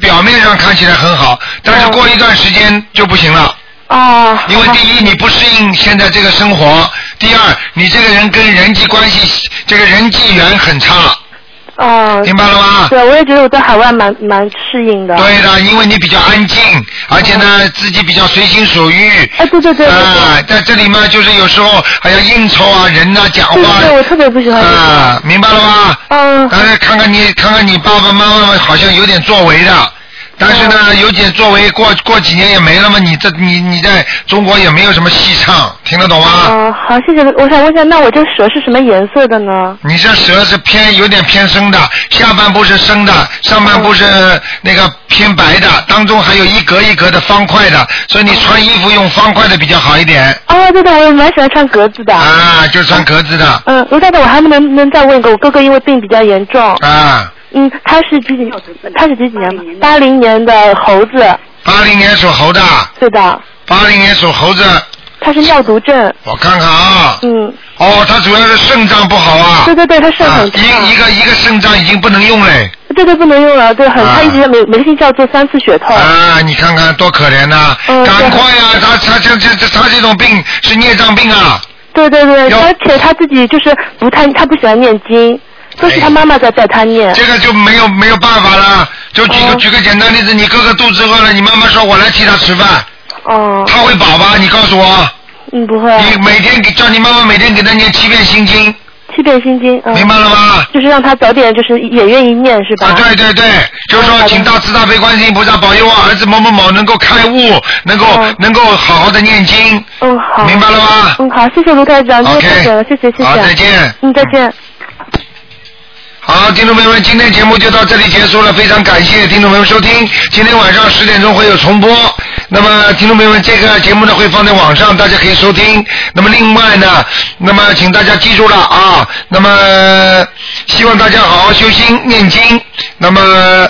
A: 表面上看起来很好，但
D: 啊
A: 是过一段时间就不行了。
D: 哦。
A: 啊因为第一，你不适应现在这个生活；第二，你这个人跟人际关系，这个人际缘很差。
D: 哦。
A: 明白了吗
D: 对，我也觉得我在海外蛮蛮适应的。
A: 对的，因为你比较安静，而且
D: 啊
A: 呢，自己比较随心所欲。
D: 哎，对对对。
A: 啊，在这里嘛，就是有时候还要应酬啊，人呐、讲话。
D: 对对对，我特别不喜欢。
A: 啊，明白了吗？
D: 嗯。
A: 但是看看你，看看你爸爸妈妈好像有点作为的，但是呢，
D: 嗯
A: 有点作为，过过几年也没了嘛。你这你你在中国也没有什么戏唱，听得懂吗？
D: 嗯，好，谢谢。我想问一下，那我这蛇是什么颜色的呢？
A: 你这蛇是偏有点偏深的，下半部是深的，上半部是
D: 嗯
A: 那个偏白的，当中还有一格一格的方块的，所以你穿衣服用方块的比较好一点
D: 哦，对的，我蛮喜欢穿格子的。
A: 啊，就穿格子的
D: 嗯，卢太太，我还能不能再问一个，我哥哥因为病比较严重，
A: 啊。
D: 嗯，他是几几年？他是几几年？八零年的猴子，
A: 八零年属猴的，
D: 对的，
A: 八零年属猴子，
D: 他是尿毒症。
A: 我看看啊，
D: 嗯，
A: 哦，他主要是肾脏不好啊，
D: 对对对，他肾
A: 啊
D: 很差。
A: 一一个一个肾脏已经不能用嘞
D: 对对，不能用了，对，很，他一直每每个星期要做三次血透。
A: 啊，你看看多可怜呐、
D: 哦
A: 赶快呀、他他这这这他这种病是孽障病啊，
D: 对对对，而且他自己就是不太，他不喜欢念经，都是他妈妈在带他念。
A: 哎这个就没有没有
D: 哦
A: 办法了。就举个、举个简单例子，你哥哥肚子饿了，你妈妈说我来替他吃饭，
J: 哦。
A: 他会保吧？你告诉我。
D: 哦
J: 嗯，不
D: 啊
J: 会。
A: 你每天给叫你妈妈每天给她念七遍心经。
J: 七遍心经。
D: 哦
J: 嗯、
A: 明白了吗？
J: 就是让他早点，就是也愿意念，是吧？
A: 啊，对对对，就是说，请大慈大悲观世音菩萨保佑我儿子某某某能够开悟，能够、能够好好的念经。
J: 嗯，好。
A: 明白了吗？
J: 嗯，好，谢谢卢台长，太感谢了，谢谢谢谢。
A: 好，再见。
J: 嗯，再见。
A: 好，听众朋友们，今天节目就到这里结束了，非常感谢听众朋友们收听。今天晚上十点钟会有重播。那么，听众朋友们，这个节目呢会放在网上，大家可以收听。那么，另外呢，那么请大家记住了啊。那么，希望大家好好修心念经。那么。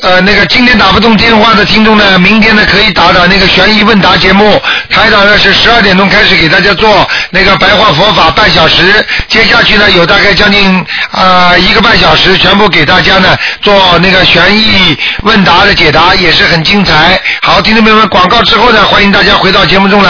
A: 呃，那个今天打不通电话的听众呢，明天呢可以打打那个悬疑问答节目。台长呢是十二点钟开始给大家做那个白话佛法半小时，接下去呢有大概将近啊、呃一个半小时，全部给大家呢做那个悬疑问答的解答，也是很精彩。好，听众朋友们，广告之后呢，欢迎大家回到节目中来。